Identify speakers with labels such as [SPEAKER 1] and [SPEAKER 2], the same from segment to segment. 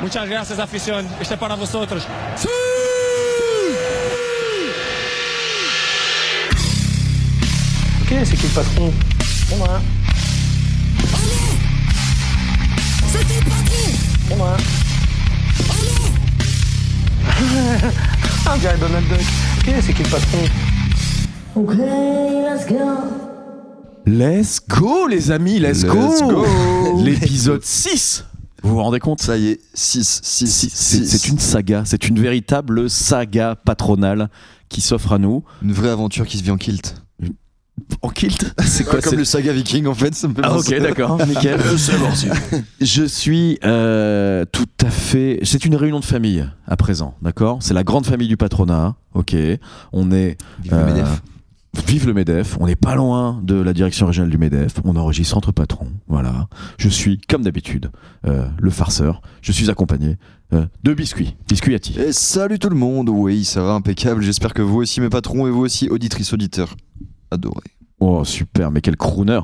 [SPEAKER 1] Muchas gracias, afición. Este es para vosotros.
[SPEAKER 2] Ok, c'est qui le patron C'est moi. C'est moi. Ah, on dirait Donald Duck. Ok, c'est qui le patron
[SPEAKER 3] Okay, let's go.
[SPEAKER 4] Let's go, les amis, let's,
[SPEAKER 5] Let's
[SPEAKER 4] go,
[SPEAKER 5] go.
[SPEAKER 4] L'épisode 6 Vous vous rendez compte
[SPEAKER 5] Ça y est, 6, 6,
[SPEAKER 4] C'est
[SPEAKER 5] 6.
[SPEAKER 4] c'est une saga, c'est une véritable saga patronale qui s'offre à nous.
[SPEAKER 5] une vraie aventure qui se vit en kilt.
[SPEAKER 4] En kilt C'est quoi
[SPEAKER 5] Comme
[SPEAKER 4] c'est-
[SPEAKER 5] le saga viking en fait, ça me fait
[SPEAKER 4] Ah ok,
[SPEAKER 5] penser.
[SPEAKER 4] d'accord, nickel. Je suis euh, tout à fait... C'est une réunion de famille à présent, d'accord C'est la grande famille du patronat, ok On est
[SPEAKER 5] Vive le
[SPEAKER 4] Euh,
[SPEAKER 5] MEDEF.
[SPEAKER 4] Vive le MEDEF, on n'est pas loin de la direction régionale du MEDEF, on enregistre entre patrons, voilà. Je suis, comme d'habitude, euh, le farceur, je suis accompagné euh, de Biscuit, Biscuitati.
[SPEAKER 5] Et salut tout le monde, oui, ça va impeccable. J'espère que vous aussi, mes patrons, et vous aussi, auditrices, auditeurs, adoré.
[SPEAKER 4] Oh super, mais quel crooner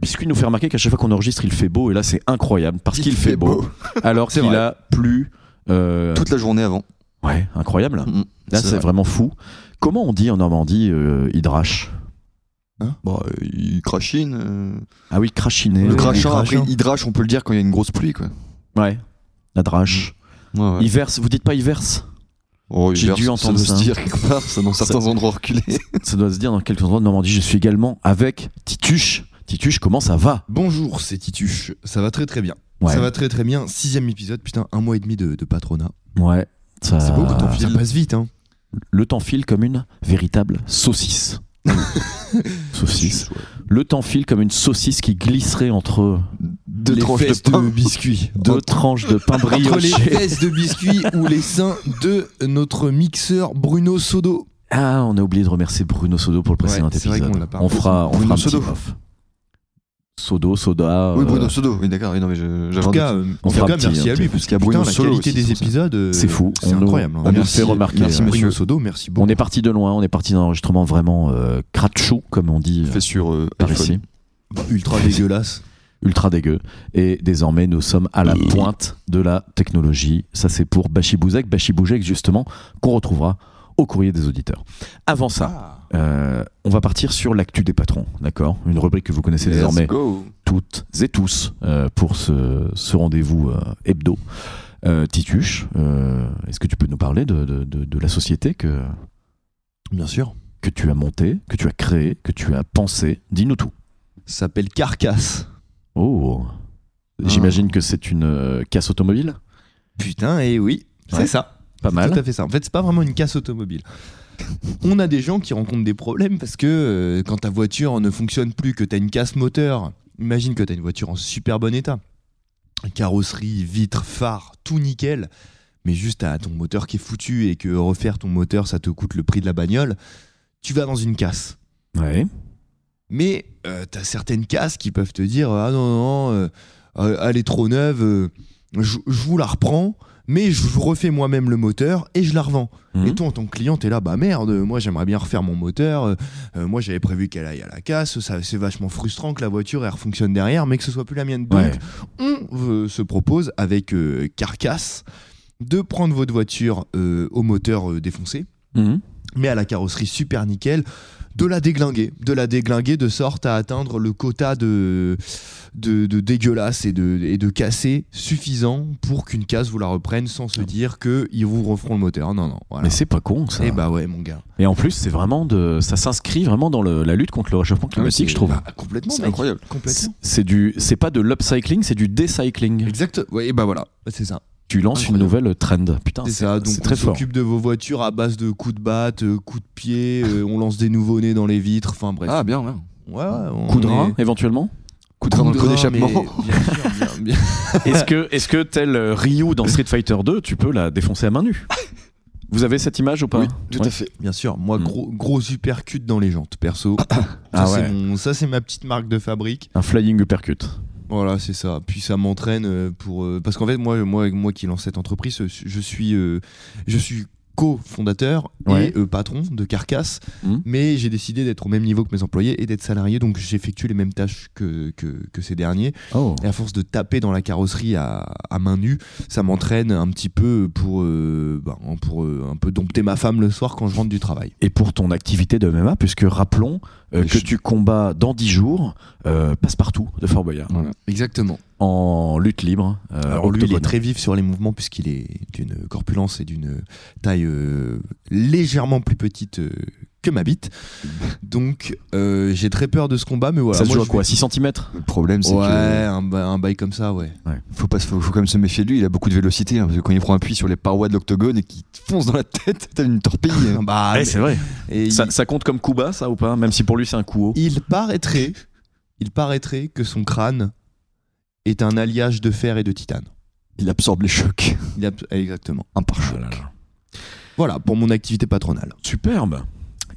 [SPEAKER 4] Biscuit nous fait remarquer qu'à chaque fois qu'on enregistre, il fait beau, et là c'est incroyable, parce qu'il fait, beau, alors
[SPEAKER 5] C'est
[SPEAKER 4] qu'il
[SPEAKER 5] vrai.
[SPEAKER 4] a plu... euh,
[SPEAKER 5] toute la journée avant.
[SPEAKER 4] Ouais, incroyable.
[SPEAKER 5] Mm,
[SPEAKER 4] Ah. Là c'est
[SPEAKER 5] vrai.
[SPEAKER 4] vraiment fou. Comment on dit en Normandie euh, hydrache
[SPEAKER 5] Hein Bah, euh, il crachine. euh,
[SPEAKER 4] Ah oui, crachiné.
[SPEAKER 5] Le
[SPEAKER 4] ou
[SPEAKER 5] crachin,
[SPEAKER 4] crachin.
[SPEAKER 5] après, il drache, on peut le dire quand il y a une grosse pluie, quoi.
[SPEAKER 4] Ouais, la drache.
[SPEAKER 5] Ouais, ouais.
[SPEAKER 4] Il verse, vous dites pas il verse
[SPEAKER 5] Oh, il
[SPEAKER 4] J'ai
[SPEAKER 5] verse,
[SPEAKER 4] dû entendre
[SPEAKER 5] ça. doit
[SPEAKER 4] ça.
[SPEAKER 5] se dire quelque part, ça, dans certains endroits reculés.
[SPEAKER 4] ça doit se dire dans quelques endroits de Normandie. Je suis également avec Tituche. Tituche, comment ça va
[SPEAKER 6] Bonjour, c'est Tituche. Ça va très très bien.
[SPEAKER 4] Ouais.
[SPEAKER 6] Ça va très très bien. Sixième épisode, putain, un mois et demi de, de patronat.
[SPEAKER 4] Ouais. Ça...
[SPEAKER 6] C'est beau, quand on
[SPEAKER 4] Ça
[SPEAKER 6] ça passe vite. Hein.
[SPEAKER 4] passe- Le temps file comme une véritable saucisse. saucisse. Le temps file comme une saucisse qui glisserait entre
[SPEAKER 5] Deux
[SPEAKER 6] les
[SPEAKER 5] tranches de
[SPEAKER 6] fesses
[SPEAKER 5] pain.
[SPEAKER 6] biscuits.
[SPEAKER 4] deux
[SPEAKER 6] Entre-
[SPEAKER 4] tranches de pain
[SPEAKER 6] entre les
[SPEAKER 4] brioché.
[SPEAKER 6] fesses de biscuits ou les seins de notre mixeur Bruno Sodo.
[SPEAKER 4] Ah, on a oublié de remercier Bruno Sodo pour le précédent
[SPEAKER 6] Ouais, c'est vrai
[SPEAKER 4] épisode.
[SPEAKER 6] qu'on l'a pas
[SPEAKER 4] on fera, on
[SPEAKER 5] Bruno
[SPEAKER 4] fera un
[SPEAKER 5] Sodo.
[SPEAKER 4] petit off. Sodo, Soda.
[SPEAKER 5] Oui,
[SPEAKER 4] euh,
[SPEAKER 5] Bruno Sodo, oui, d'accord, oui, non, mais je-
[SPEAKER 6] En
[SPEAKER 5] j'avais
[SPEAKER 6] tout
[SPEAKER 5] un
[SPEAKER 6] cas,
[SPEAKER 5] doute.
[SPEAKER 6] euh,
[SPEAKER 4] On
[SPEAKER 6] en tout
[SPEAKER 4] fera
[SPEAKER 6] cas,
[SPEAKER 4] un petit-
[SPEAKER 6] merci à lui,
[SPEAKER 4] petit-
[SPEAKER 6] parce que
[SPEAKER 5] parce qu'il y a
[SPEAKER 6] putain,
[SPEAKER 5] Bruno
[SPEAKER 6] la
[SPEAKER 5] Solo
[SPEAKER 6] qualité
[SPEAKER 5] aussi,
[SPEAKER 6] des
[SPEAKER 5] c'est pour ça.
[SPEAKER 6] épisodes, euh,
[SPEAKER 4] C'est fou.
[SPEAKER 6] C'est
[SPEAKER 4] On nous-
[SPEAKER 6] incroyable. hein.
[SPEAKER 4] on nous le
[SPEAKER 5] Merci-
[SPEAKER 4] fait remarquer. euh,
[SPEAKER 5] merci,
[SPEAKER 4] ouais.
[SPEAKER 6] Bruno
[SPEAKER 5] monsieur.
[SPEAKER 6] Sodo, merci beaucoup.
[SPEAKER 4] On est parti de loin, on est parti d'un enregistrement vraiment euh, cratchou, comme on dit euh,
[SPEAKER 5] fait sur euh,
[SPEAKER 4] par
[SPEAKER 5] iPhone.
[SPEAKER 4] ici.
[SPEAKER 6] ultra dégueulasse.
[SPEAKER 4] ultra dégueu. Et désormais, nous sommes à la pointe de la technologie. Ça, c'est pour Bachibouzek. Bachibouzek, justement, qu'on retrouvera au courrier des auditeurs. Avant ça, euh, on va partir sur l'actu des patrons, d'accord Une rubrique que vous connaissez
[SPEAKER 5] Let's
[SPEAKER 4] désormais
[SPEAKER 5] go.
[SPEAKER 4] toutes et tous euh, pour ce, ce rendez-vous euh, hebdo. Euh, Tituche, euh, est-ce que tu peux nous parler de, de- de- de la société que,
[SPEAKER 6] Bien sûr.
[SPEAKER 4] que tu as montée, que tu as créée, que tu as pensée Dis-nous tout.
[SPEAKER 6] Ça s'appelle Carcasse.
[SPEAKER 4] Oh J'imagine que c'est une euh, casse automobile
[SPEAKER 6] Putain, et oui,
[SPEAKER 4] Ouais.
[SPEAKER 6] c'est ça.
[SPEAKER 4] Pas
[SPEAKER 6] C'est
[SPEAKER 4] mal.
[SPEAKER 6] Tout à fait ça. En fait, c'est pas vraiment une casse automobile. On a des gens qui rencontrent des problèmes parce que euh, quand ta voiture ne fonctionne plus, que t'as une casse moteur, imagine que t'as une voiture en super bon état. Carrosserie, vitres, phare, tout nickel. Mais juste à ton moteur qui est foutu et que refaire ton moteur, ça te coûte le prix de la bagnole. Tu vas dans une casse.
[SPEAKER 4] Ouais.
[SPEAKER 6] Mais euh, t'as certaines casses qui peuvent te dire Ah non, non, euh, euh, elle est trop neuve, euh, je je vous la reprends, mais je vous refais moi-même le moteur et je la revends.
[SPEAKER 4] Mhm.
[SPEAKER 6] Et toi, en tant que client, t'es là Bah merde, moi j'aimerais bien refaire mon moteur, euh, euh, moi j'avais prévu qu'elle aille à la casse, ça, c'est vachement frustrant que la voiture elle refonctionne derrière, mais que ce soit plus la mienne. Donc,
[SPEAKER 4] Ouais.
[SPEAKER 6] on euh, se propose avec euh, Carcasse de prendre votre voiture euh, au moteur euh, défoncé
[SPEAKER 4] Mhm.
[SPEAKER 6] mais à la carrosserie super nickel, de la déglinguer, de la déglinguer de sorte à atteindre le quota de, de, de dégueulasse et de, et de cassé suffisant pour qu'une casse vous la reprenne sans se dire qu'ils vous referont le moteur. Non, non,
[SPEAKER 4] Ah
[SPEAKER 6] voilà.
[SPEAKER 4] Mais c'est pas con ça. Et,
[SPEAKER 6] Et Ah. bah ouais, mon gars.
[SPEAKER 4] en plus, c'est vraiment de, ça s'inscrit vraiment dans le- la lutte contre le réchauffement climatique, je trouve.
[SPEAKER 6] Bah, complètement,
[SPEAKER 5] C'est
[SPEAKER 6] mec.
[SPEAKER 5] incroyable.
[SPEAKER 4] C'est-
[SPEAKER 6] Complètement.
[SPEAKER 4] C'est du, c'est pas de l'upcycling, c'est du decycling.
[SPEAKER 6] Exact. Ouais, et bah voilà, c'est ça.
[SPEAKER 4] Tu lances une
[SPEAKER 5] Incroyable.
[SPEAKER 4] nouvelle trend. Putain,
[SPEAKER 6] C'est ça.
[SPEAKER 4] c'est
[SPEAKER 6] Donc
[SPEAKER 4] très
[SPEAKER 6] on
[SPEAKER 4] fort.
[SPEAKER 6] s'occupe de vos voitures à base de coups de batte, euh, coups de pied, euh, on lance des nouveaux-nés dans les vitres, enfin bref.
[SPEAKER 5] Ah, bien, bien.
[SPEAKER 6] Ouais, ouais, on
[SPEAKER 4] Coup de rein,
[SPEAKER 6] est-
[SPEAKER 4] éventuellement.
[SPEAKER 5] Coup de rein dans le
[SPEAKER 6] Coup
[SPEAKER 5] code
[SPEAKER 6] de rein, mais
[SPEAKER 5] d'échappement.
[SPEAKER 6] Bien sûr, bien- bien,
[SPEAKER 4] est-ce que, est-ce que tel euh, Ryu dans Street Fighter 2, tu peux la défoncer à main nue Vous avez cette image ou pas
[SPEAKER 5] Oui, tout
[SPEAKER 4] Ouais.
[SPEAKER 5] à fait.
[SPEAKER 6] Bien sûr, moi
[SPEAKER 4] Mm.
[SPEAKER 6] gros, gros uppercut dans les jantes, perso. ça,
[SPEAKER 4] Ah
[SPEAKER 6] c'est
[SPEAKER 4] ouais.
[SPEAKER 6] mon- ça, c'est ma petite marque de fabrique.
[SPEAKER 4] Un flying uppercut.
[SPEAKER 6] Voilà, c'est ça. Puis ça m'entraîne euh, pour euh, parce qu'en fait moi moi moi qui lance cette entreprise, euh, je suis euh, je suis co-fondateur
[SPEAKER 4] Ouais.
[SPEAKER 6] et euh, patron de Carcasse,
[SPEAKER 4] Mhm.
[SPEAKER 6] mais j'ai décidé d'être au même niveau que mes employés et d'être salarié, donc j'effectue les mêmes tâches que, que, que ces derniers.
[SPEAKER 4] Oh.
[SPEAKER 6] Et à force de taper dans la carrosserie à, à main nue, ça m'entraîne un petit peu pour, euh, ben, pour euh, un peu dompter ma femme le soir quand je rentre du travail.
[SPEAKER 4] Et pour ton activité de MMA, puisque rappelons euh,
[SPEAKER 5] Et
[SPEAKER 4] que
[SPEAKER 5] je-
[SPEAKER 4] tu combats dans 10 jours euh, Passepartout de Fort Boyard
[SPEAKER 5] Exactement.
[SPEAKER 4] en lutte libre. euh,
[SPEAKER 6] Alors lui, il est
[SPEAKER 4] octogone.
[SPEAKER 6] très vif sur les mouvements puisqu'il est d'une corpulence et d'une taille euh, légèrement plus petite euh, que ma bite. Donc euh, j'ai très peur de ce combat, mais voilà.
[SPEAKER 4] Ça se
[SPEAKER 6] hein. moi,
[SPEAKER 4] joue à
[SPEAKER 6] je
[SPEAKER 4] quoi
[SPEAKER 6] vais-
[SPEAKER 4] 6 cm
[SPEAKER 5] Le problème, c'est
[SPEAKER 6] Ouais,
[SPEAKER 5] que
[SPEAKER 6] un, ba- un bail comme ça, ouais.
[SPEAKER 5] faut, pas, se- faut, faut quand même se méfier de lui. Il a beaucoup de vélocité. hein, parce que quand il prend appui sur les parois de l'octogone et qu'il te fonce dans la tête, t'as une torpille.
[SPEAKER 4] Ah.
[SPEAKER 5] hein.
[SPEAKER 6] Bah, mais-
[SPEAKER 4] vrai.
[SPEAKER 6] et
[SPEAKER 4] Ça,
[SPEAKER 6] il-
[SPEAKER 4] ça compte comme coup bas, ça ou pas Même si pour lui c'est un coup haut.
[SPEAKER 6] Il paraîtrait, il paraîtrait que son crâne est un alliage de fer et de titane.
[SPEAKER 5] Il absorbe les chocs.
[SPEAKER 6] Il a- Exactement.
[SPEAKER 5] Un pare
[SPEAKER 4] Ah là là.
[SPEAKER 6] Voilà pour mon activité patronale.
[SPEAKER 4] Superbe.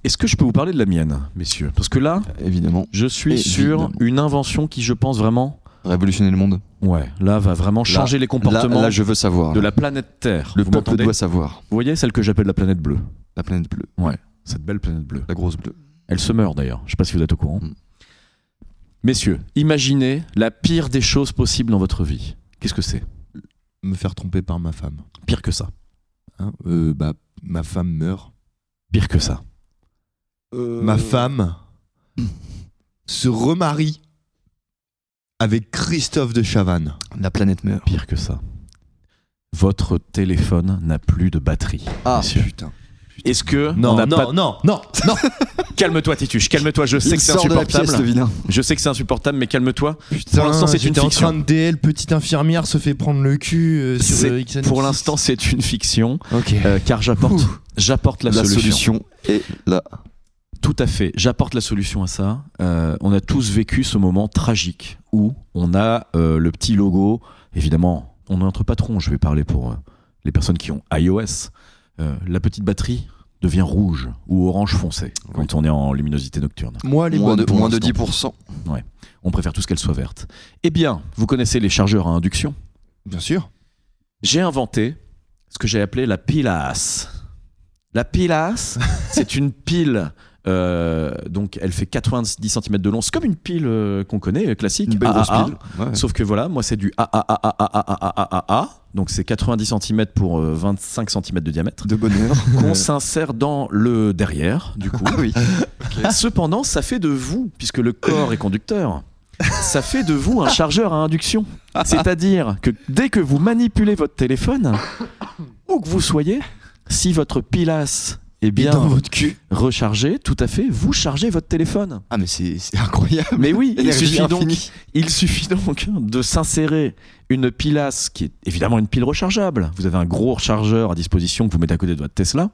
[SPEAKER 4] Est-ce que je peux vous parler de la mienne, messieurs Parce que là,
[SPEAKER 5] Évidemment.
[SPEAKER 4] je suis
[SPEAKER 5] Évidemment.
[SPEAKER 4] sur une invention qui, je pense vraiment,
[SPEAKER 5] Révolutionner le monde.
[SPEAKER 4] ouais, là va vraiment changer les
[SPEAKER 5] Là,
[SPEAKER 4] comportements
[SPEAKER 5] là, je veux savoir.
[SPEAKER 4] de la planète Terre.
[SPEAKER 5] Le
[SPEAKER 4] vous
[SPEAKER 5] peuple
[SPEAKER 4] m'entendez
[SPEAKER 5] doit savoir.
[SPEAKER 4] Vous voyez celle que j'appelle la planète bleue
[SPEAKER 5] La planète bleue.
[SPEAKER 4] Cette belle planète bleue.
[SPEAKER 5] La grosse bleue.
[SPEAKER 4] Elle se meurt d'ailleurs. Je sais pas si vous êtes au courant.
[SPEAKER 5] Mm.
[SPEAKER 4] Messieurs, imaginez la pire des choses possibles dans votre vie. Qu'est-ce que c'est
[SPEAKER 6] Me faire tromper par ma femme.
[SPEAKER 4] Pire que ça.
[SPEAKER 6] Hein, euh, bah, ma femme meurt.
[SPEAKER 4] Pire que ça.
[SPEAKER 6] Ma femme se remarie avec Christophe de Chavannes.
[SPEAKER 5] La planète meurt.
[SPEAKER 4] Pire que ça. Votre téléphone n'a plus de batterie.
[SPEAKER 5] Ah
[SPEAKER 4] messieurs.
[SPEAKER 5] putain.
[SPEAKER 4] Est-ce que
[SPEAKER 6] Non,
[SPEAKER 4] on n'a
[SPEAKER 6] non,
[SPEAKER 4] pas-
[SPEAKER 6] non, non, non.
[SPEAKER 4] Calme-toi, Tituche. Calme-toi. Je sais
[SPEAKER 5] Il
[SPEAKER 4] que c'est
[SPEAKER 5] sort de la pièce, le
[SPEAKER 4] insupportable.
[SPEAKER 5] vilain.
[SPEAKER 4] Je sais que c'est insupportable, mais calme-toi.
[SPEAKER 6] Putain,
[SPEAKER 4] l'instant, c'est une
[SPEAKER 6] j'étais en
[SPEAKER 4] fiction.
[SPEAKER 6] train de DL, petite infirmière se fait prendre le cul euh, sur
[SPEAKER 4] C'est-
[SPEAKER 6] euh, XN6.
[SPEAKER 4] Pour l'instant, c'est une fiction,
[SPEAKER 6] Ok.
[SPEAKER 4] euh, car j'apporte, j'apporte
[SPEAKER 5] La,
[SPEAKER 4] la, solution.
[SPEAKER 5] solution. est là.
[SPEAKER 4] Tout à fait. J'apporte la solution à ça. Euh, on a tous vécu ce moment tragique où on a euh, le petit logo. Évidemment, on est entre patrons. Je vais parler pour euh, les personnes qui ont iOS. Euh, la petite batterie devient rouge ou orange foncé quand on est en luminosité nocturne.
[SPEAKER 6] Moi, les
[SPEAKER 5] Moins
[SPEAKER 6] bonnes
[SPEAKER 5] de,
[SPEAKER 6] pour
[SPEAKER 5] moins de
[SPEAKER 6] l'instant.
[SPEAKER 5] 10%.
[SPEAKER 4] On préfère tous qu'elle soit verte. Eh bien, vous connaissez les chargeurs à induction.
[SPEAKER 6] Bien sûr.
[SPEAKER 4] J'ai inventé ce que j'ai appelé la pilasse. La pilasse, c'est une pile. euh, donc, elle fait 90 cm de long. C'est comme une pile euh, qu'on connaît, euh, classique.
[SPEAKER 5] Une belle grosse
[SPEAKER 4] AAA.
[SPEAKER 5] pile. Ouais.
[SPEAKER 4] Sauf que voilà, moi, c'est du AAAAAAAAAA. Donc, c'est 90 cm pour euh, 25 cm de diamètre.
[SPEAKER 5] De bonheur.
[SPEAKER 4] Qu'on s'insère dans le derrière, du coup.
[SPEAKER 5] Ah oui.
[SPEAKER 4] Cependant, ça fait de vous, puisque le corps est conducteur, ça fait de vous un chargeur à induction. C'est-à-dire que dès que vous manipulez votre téléphone, où que vous soyez, si votre pilasse est
[SPEAKER 6] Et
[SPEAKER 4] bien
[SPEAKER 6] dans votre cul.
[SPEAKER 4] rechargée, tout à fait, vous chargez votre téléphone.
[SPEAKER 5] Ah mais c'est c'est incroyable.
[SPEAKER 4] Mais oui, il
[SPEAKER 5] Énergie
[SPEAKER 4] suffit donc,
[SPEAKER 5] infinie.
[SPEAKER 4] il suffit donc de s'insérer une pilasse qui est évidemment une pile rechargeable. Vous avez un gros rechargeur à disposition que vous mettez à côté de votre Tesla.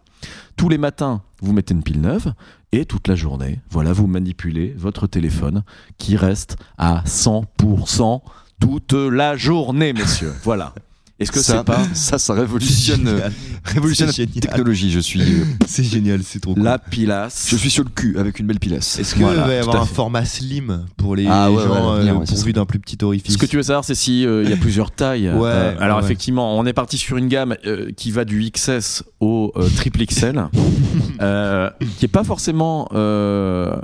[SPEAKER 4] Tous les matins, vous mettez une pile neuve et toute la journée, voilà, vous manipulez votre téléphone qui reste à 100% toute la journée, messieurs. Voilà. Est-ce que
[SPEAKER 5] ça,
[SPEAKER 4] c'est pas
[SPEAKER 5] ça, ça révolutionne, euh, révolutionne
[SPEAKER 6] C'est
[SPEAKER 5] la
[SPEAKER 6] génial.
[SPEAKER 5] technologie. Je suis, euh,
[SPEAKER 6] C'est génial, c'est trop cool.
[SPEAKER 4] la pilasse
[SPEAKER 5] je suis sur le cul avec une belle pilasse.
[SPEAKER 6] Est-ce que
[SPEAKER 4] Voilà,
[SPEAKER 6] va y
[SPEAKER 4] tout
[SPEAKER 6] avoir
[SPEAKER 4] à
[SPEAKER 6] un
[SPEAKER 4] fait.
[SPEAKER 6] format slim pour les
[SPEAKER 5] Ah ouais, ouais,
[SPEAKER 6] gens
[SPEAKER 5] l'avenir,
[SPEAKER 6] euh,
[SPEAKER 5] ouais, c'est
[SPEAKER 6] pourvus d'un plus petit orifice
[SPEAKER 4] Ce que tu veux savoir, c'est si euh, il y a plusieurs tailles.
[SPEAKER 6] Ouais,
[SPEAKER 4] Euh, alors
[SPEAKER 6] ouais.
[SPEAKER 4] effectivement, on est parti sur une gamme euh, qui va du XS au euh, triple XL, euh, qui est pas forcément euh,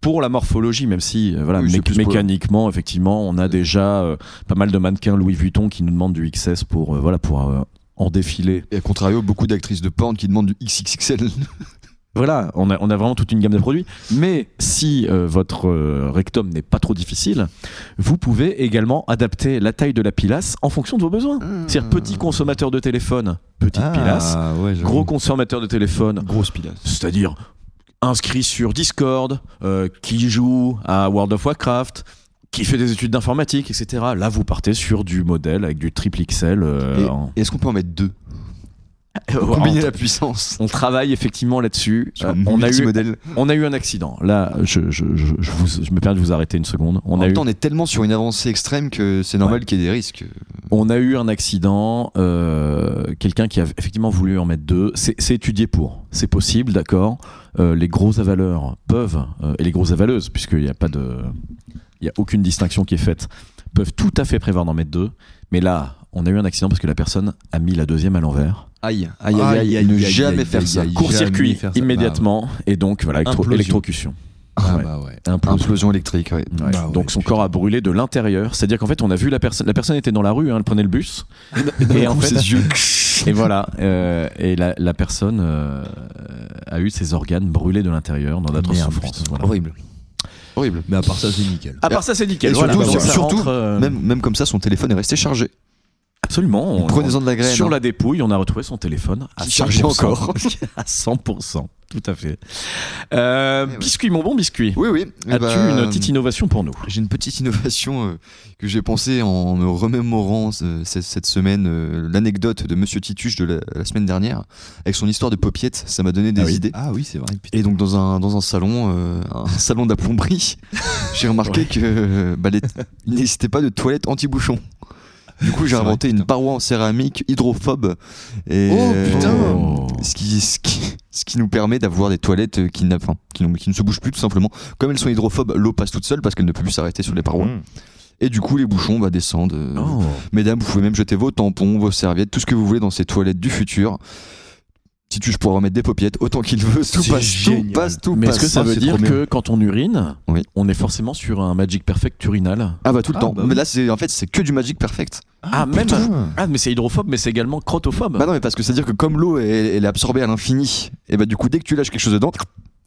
[SPEAKER 4] pour la morphologie, même si euh, voilà
[SPEAKER 5] Oui, c'est
[SPEAKER 4] mé-
[SPEAKER 5] plus pour-
[SPEAKER 4] mécaniquement, effectivement, on a déjà euh, pas mal de mannequins Louis Vuitton qui nous demandent du XS pour euh, voilà pour euh, en défiler.
[SPEAKER 5] Et à contrario, beaucoup d'actrices de porn qui demandent du XXXL.
[SPEAKER 4] Voilà, on a, on a vraiment toute une gamme de produits. Mais si euh, votre euh, rectum n'est pas trop difficile, vous pouvez également adapter la taille de la pilasse en fonction de vos besoins.
[SPEAKER 5] Mmh.
[SPEAKER 4] C'est-à-dire petit consommateur de téléphone, petite pilasse.
[SPEAKER 6] Ah, ouais, j'avoue.
[SPEAKER 4] Gros consommateur de téléphone,
[SPEAKER 5] Grosse pilasse.
[SPEAKER 4] c'est-à-dire inscrit sur Discord, euh, qui joue à World of Warcraft, qui fait des études d'informatique, etc. Là, vous partez sur du modèle avec du triple XL. euh,
[SPEAKER 5] Et-
[SPEAKER 4] en-
[SPEAKER 5] Est-ce qu'on peut en mettre deux
[SPEAKER 4] en-
[SPEAKER 5] Combiner la puissance.
[SPEAKER 4] On travaille effectivement là-dessus.
[SPEAKER 5] Sur
[SPEAKER 4] Euh,
[SPEAKER 5] un
[SPEAKER 4] on a eu
[SPEAKER 5] multimodèle.
[SPEAKER 4] On a eu un accident. Là, je, je, je, je vous- je me permets de vous arrêter une seconde. On
[SPEAKER 5] en
[SPEAKER 4] a,
[SPEAKER 5] même
[SPEAKER 4] eu,
[SPEAKER 5] temps, on est tellement sur une avancée extrême que c'est normal qu'il y ait des risques.
[SPEAKER 4] on a eu un accident. euh, Quelqu'un qui a effectivement voulu en mettre deux. C'est c'est étudié pour. C'est possible, d'accord. Euh, les gros avaleurs peuvent, euh, et les gros avaleuses, puisqu'il n'y a pas de. Il n'y a aucune distinction qui est faite, peuvent tout à fait prévoir d'en mettre deux. Mais là, on a eu un accident parce que la personne a mis la deuxième à l'envers.
[SPEAKER 5] Aïe, aïe, aïe, aïe, ne jamais faire ça. Ah
[SPEAKER 6] aïe. Jamais
[SPEAKER 4] Court-circuit
[SPEAKER 6] faire ça.
[SPEAKER 4] immédiatement et donc voilà, électro-
[SPEAKER 6] Implosion.
[SPEAKER 4] électrocution.
[SPEAKER 6] Ah
[SPEAKER 4] Ouais.
[SPEAKER 6] bah ouais.
[SPEAKER 4] Implosion.
[SPEAKER 5] Implosion électrique, ouais.
[SPEAKER 4] Ouais.
[SPEAKER 6] Bah ouais,
[SPEAKER 4] donc son corps a brûlé de l'intérieur, c'est-à-dire qu'en fait on a vu la personne, la personne était dans la rue, hein, elle prenait le bus, et en fait, et voilà, euh, et la, la personne euh, a eu ses organes brûlés de l'intérieur dans d'atroces
[SPEAKER 6] Merde,
[SPEAKER 4] souffrances.
[SPEAKER 6] putain.
[SPEAKER 4] voilà.
[SPEAKER 5] Horrible. Horrible.
[SPEAKER 6] Mais à part ça, c'est nickel.
[SPEAKER 4] À part ça, c'est nickel.
[SPEAKER 5] Et
[SPEAKER 4] voilà,
[SPEAKER 5] surtout,
[SPEAKER 4] bah voilà, ça
[SPEAKER 5] surtout,
[SPEAKER 4] rentre, euh,
[SPEAKER 5] Même, même comme ça, son téléphone est resté chargé.
[SPEAKER 4] absolument. on-
[SPEAKER 5] Prenez-en de la graine.
[SPEAKER 4] sur
[SPEAKER 5] hein.
[SPEAKER 4] la dépouille, on a retrouvé son téléphone à
[SPEAKER 5] Qui chargeait
[SPEAKER 4] 100%.
[SPEAKER 5] encore.
[SPEAKER 4] à 100%. Tout à fait. Euh,
[SPEAKER 5] Eh ouais.
[SPEAKER 4] Biscuit, mon bon biscuit.
[SPEAKER 5] Oui, oui. Eh
[SPEAKER 4] As-tu
[SPEAKER 5] bah,
[SPEAKER 4] une petite innovation pour nous
[SPEAKER 5] J'ai une petite innovation euh, que j'ai pensée en me remémorant euh, cette cette semaine euh, l'anecdote de Monsieur Tituche de la, la semaine dernière avec son histoire de popiette. Ça m'a donné des
[SPEAKER 4] Ah oui.
[SPEAKER 5] idées.
[SPEAKER 6] Ah oui, c'est vrai. putain.
[SPEAKER 5] Et donc dans un, dans un salon, euh, un salon de la plomberie, j'ai remarqué que euh, bah, les- il n'existait pas de toilette anti-bouchon. Du coup j'ai
[SPEAKER 6] C'est vrai,
[SPEAKER 5] inventé une
[SPEAKER 6] putain.
[SPEAKER 5] paroi en céramique hydrophobe. Et,
[SPEAKER 6] Oh,
[SPEAKER 5] euh,
[SPEAKER 6] putain.
[SPEAKER 4] Oh.
[SPEAKER 5] ce, qui, ce, qui, ce qui nous permet d'avoir des toilettes euh, qui, n'a- enfin, qui, n'ont- qui ne se bougent plus tout simplement. Comme elles sont hydrophobes, l'eau passe toute seule parce qu'elle ne peut plus s'arrêter sur les parois.
[SPEAKER 6] Mmh.
[SPEAKER 5] Et du coup les bouchons bah, descendent. euh,
[SPEAKER 4] Oh.
[SPEAKER 5] Mesdames, vous pouvez même jeter vos tampons, vos serviettes, tout ce que vous voulez dans ces toilettes du futur. Tituche pourra remettre des paupiettes autant qu'il veut. Tout
[SPEAKER 6] C'est
[SPEAKER 5] passe, tout
[SPEAKER 6] génial.
[SPEAKER 5] passe, tout
[SPEAKER 4] Mais
[SPEAKER 5] passe.
[SPEAKER 4] est-ce que ça
[SPEAKER 5] Ah,
[SPEAKER 4] veut
[SPEAKER 5] c'est
[SPEAKER 4] dire
[SPEAKER 5] trop bien.
[SPEAKER 4] que quand on urine,
[SPEAKER 5] Oui.
[SPEAKER 4] on est forcément sur un Magic Perfect urinal
[SPEAKER 5] Ah bah tout le
[SPEAKER 6] Ah,
[SPEAKER 5] temps.
[SPEAKER 6] bah
[SPEAKER 5] mais
[SPEAKER 6] oui.
[SPEAKER 5] là, c'est en fait, c'est que du Magic Perfect.
[SPEAKER 4] Ah,
[SPEAKER 5] euh,
[SPEAKER 4] même.
[SPEAKER 6] putain.
[SPEAKER 4] Ah, mais c'est hydrophobe, mais c'est également crottophobe.
[SPEAKER 5] Bah non, mais parce que c'est-à-dire que comme l'eau, elle, elle est absorbée à l'infini, et bah du coup, dès que tu lâches quelque chose dedans,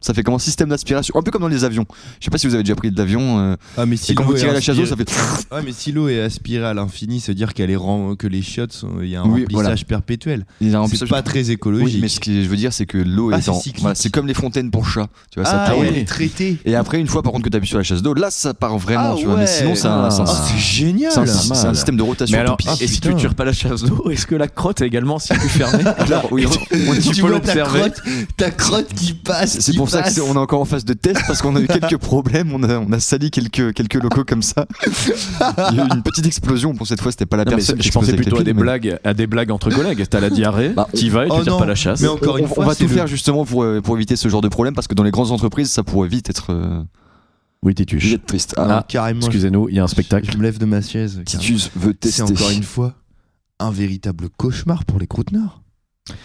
[SPEAKER 5] ça fait comme un système d'aspiration. Un peu comme dans les avions. Je sais pas si vous avez déjà pris de l'avion. euh,
[SPEAKER 6] Ah, mais si
[SPEAKER 5] et quand
[SPEAKER 6] l'eau
[SPEAKER 5] vous tirez
[SPEAKER 6] est
[SPEAKER 5] la chasse d'eau, ça
[SPEAKER 6] inspirée-
[SPEAKER 5] fait.
[SPEAKER 6] Ouais, mais si l'eau est aspirée à l'infini, se dire qu'elle est ram- que les chiottes, sont- il y a un
[SPEAKER 5] Oui,
[SPEAKER 6] remplissage
[SPEAKER 5] voilà.
[SPEAKER 6] perpétuel.
[SPEAKER 5] Il y a un peu
[SPEAKER 6] C'est
[SPEAKER 5] ça-
[SPEAKER 6] pas très écologique.
[SPEAKER 5] Oui, mais ce que je veux dire, c'est que l'eau
[SPEAKER 6] Ah,
[SPEAKER 5] est
[SPEAKER 6] c'est
[SPEAKER 5] en.
[SPEAKER 6] cyclique.
[SPEAKER 5] voilà, c'est comme les fontaines pour chats. Tu vois, ça
[SPEAKER 6] ah,
[SPEAKER 5] part-
[SPEAKER 6] ouais, elle est traitée.
[SPEAKER 5] Et après, une fois par contre que tu appuies sur la chasse d'eau, là ça part vraiment,
[SPEAKER 6] Ah
[SPEAKER 5] tu vois. Mais
[SPEAKER 6] ouais.
[SPEAKER 5] sinon, c'est un,
[SPEAKER 4] Ah.
[SPEAKER 5] c'est un-
[SPEAKER 6] Ah, c'est génial.
[SPEAKER 5] c'est un-
[SPEAKER 4] pas
[SPEAKER 5] c'est un
[SPEAKER 4] mal.
[SPEAKER 5] système de rotation.
[SPEAKER 4] mais alors,
[SPEAKER 5] tout pis.
[SPEAKER 4] et si tu
[SPEAKER 6] putain.
[SPEAKER 4] tires pas la chasse d'eau, est-ce que la crotte est également circuit fermé
[SPEAKER 5] Alors, oui, on- on-
[SPEAKER 4] tu
[SPEAKER 6] tu
[SPEAKER 4] peux
[SPEAKER 6] vois ta
[SPEAKER 4] l'observer.
[SPEAKER 6] crotte, ta crotte qui passe.
[SPEAKER 5] c'est
[SPEAKER 6] qui
[SPEAKER 5] pour ça
[SPEAKER 6] passe.
[SPEAKER 5] qu'on est encore en phase de test parce qu'on a eu quelques problèmes, on a, on a sali quelques, quelques locaux comme ça. Il y a eu une petite explosion. Bon, cette fois, c'était pas la
[SPEAKER 4] Non, mais
[SPEAKER 5] personne qui
[SPEAKER 4] je pensais
[SPEAKER 5] explosait avec
[SPEAKER 4] plutôt
[SPEAKER 5] les
[SPEAKER 4] à des
[SPEAKER 5] piles, mais-
[SPEAKER 4] blagues, à des blagues entre collègues. T'as la diarrhée,
[SPEAKER 5] Bah,
[SPEAKER 4] t'y vas et tu
[SPEAKER 6] oh
[SPEAKER 4] tires
[SPEAKER 6] non.
[SPEAKER 4] pas la chasse.
[SPEAKER 6] Mais encore
[SPEAKER 5] On-
[SPEAKER 6] une
[SPEAKER 5] on,
[SPEAKER 6] fois,
[SPEAKER 5] va
[SPEAKER 6] c'est
[SPEAKER 5] tout
[SPEAKER 6] le-
[SPEAKER 5] faire justement pour, euh, pour éviter ce genre de problème parce que dans les grandes entreprises, ça pourrait vite être, euh,
[SPEAKER 4] Oui,
[SPEAKER 5] vite
[SPEAKER 4] Tituche.
[SPEAKER 5] être triste.
[SPEAKER 6] Ah,
[SPEAKER 5] Ah,
[SPEAKER 6] carrément. je-
[SPEAKER 4] Excusez-nous, il y a un spectacle.
[SPEAKER 6] Je me lève de ma chaise. carrément.
[SPEAKER 5] Titus veut
[SPEAKER 6] C'est
[SPEAKER 5] tester.
[SPEAKER 6] encore une fois un véritable cauchemar pour les croûtenards.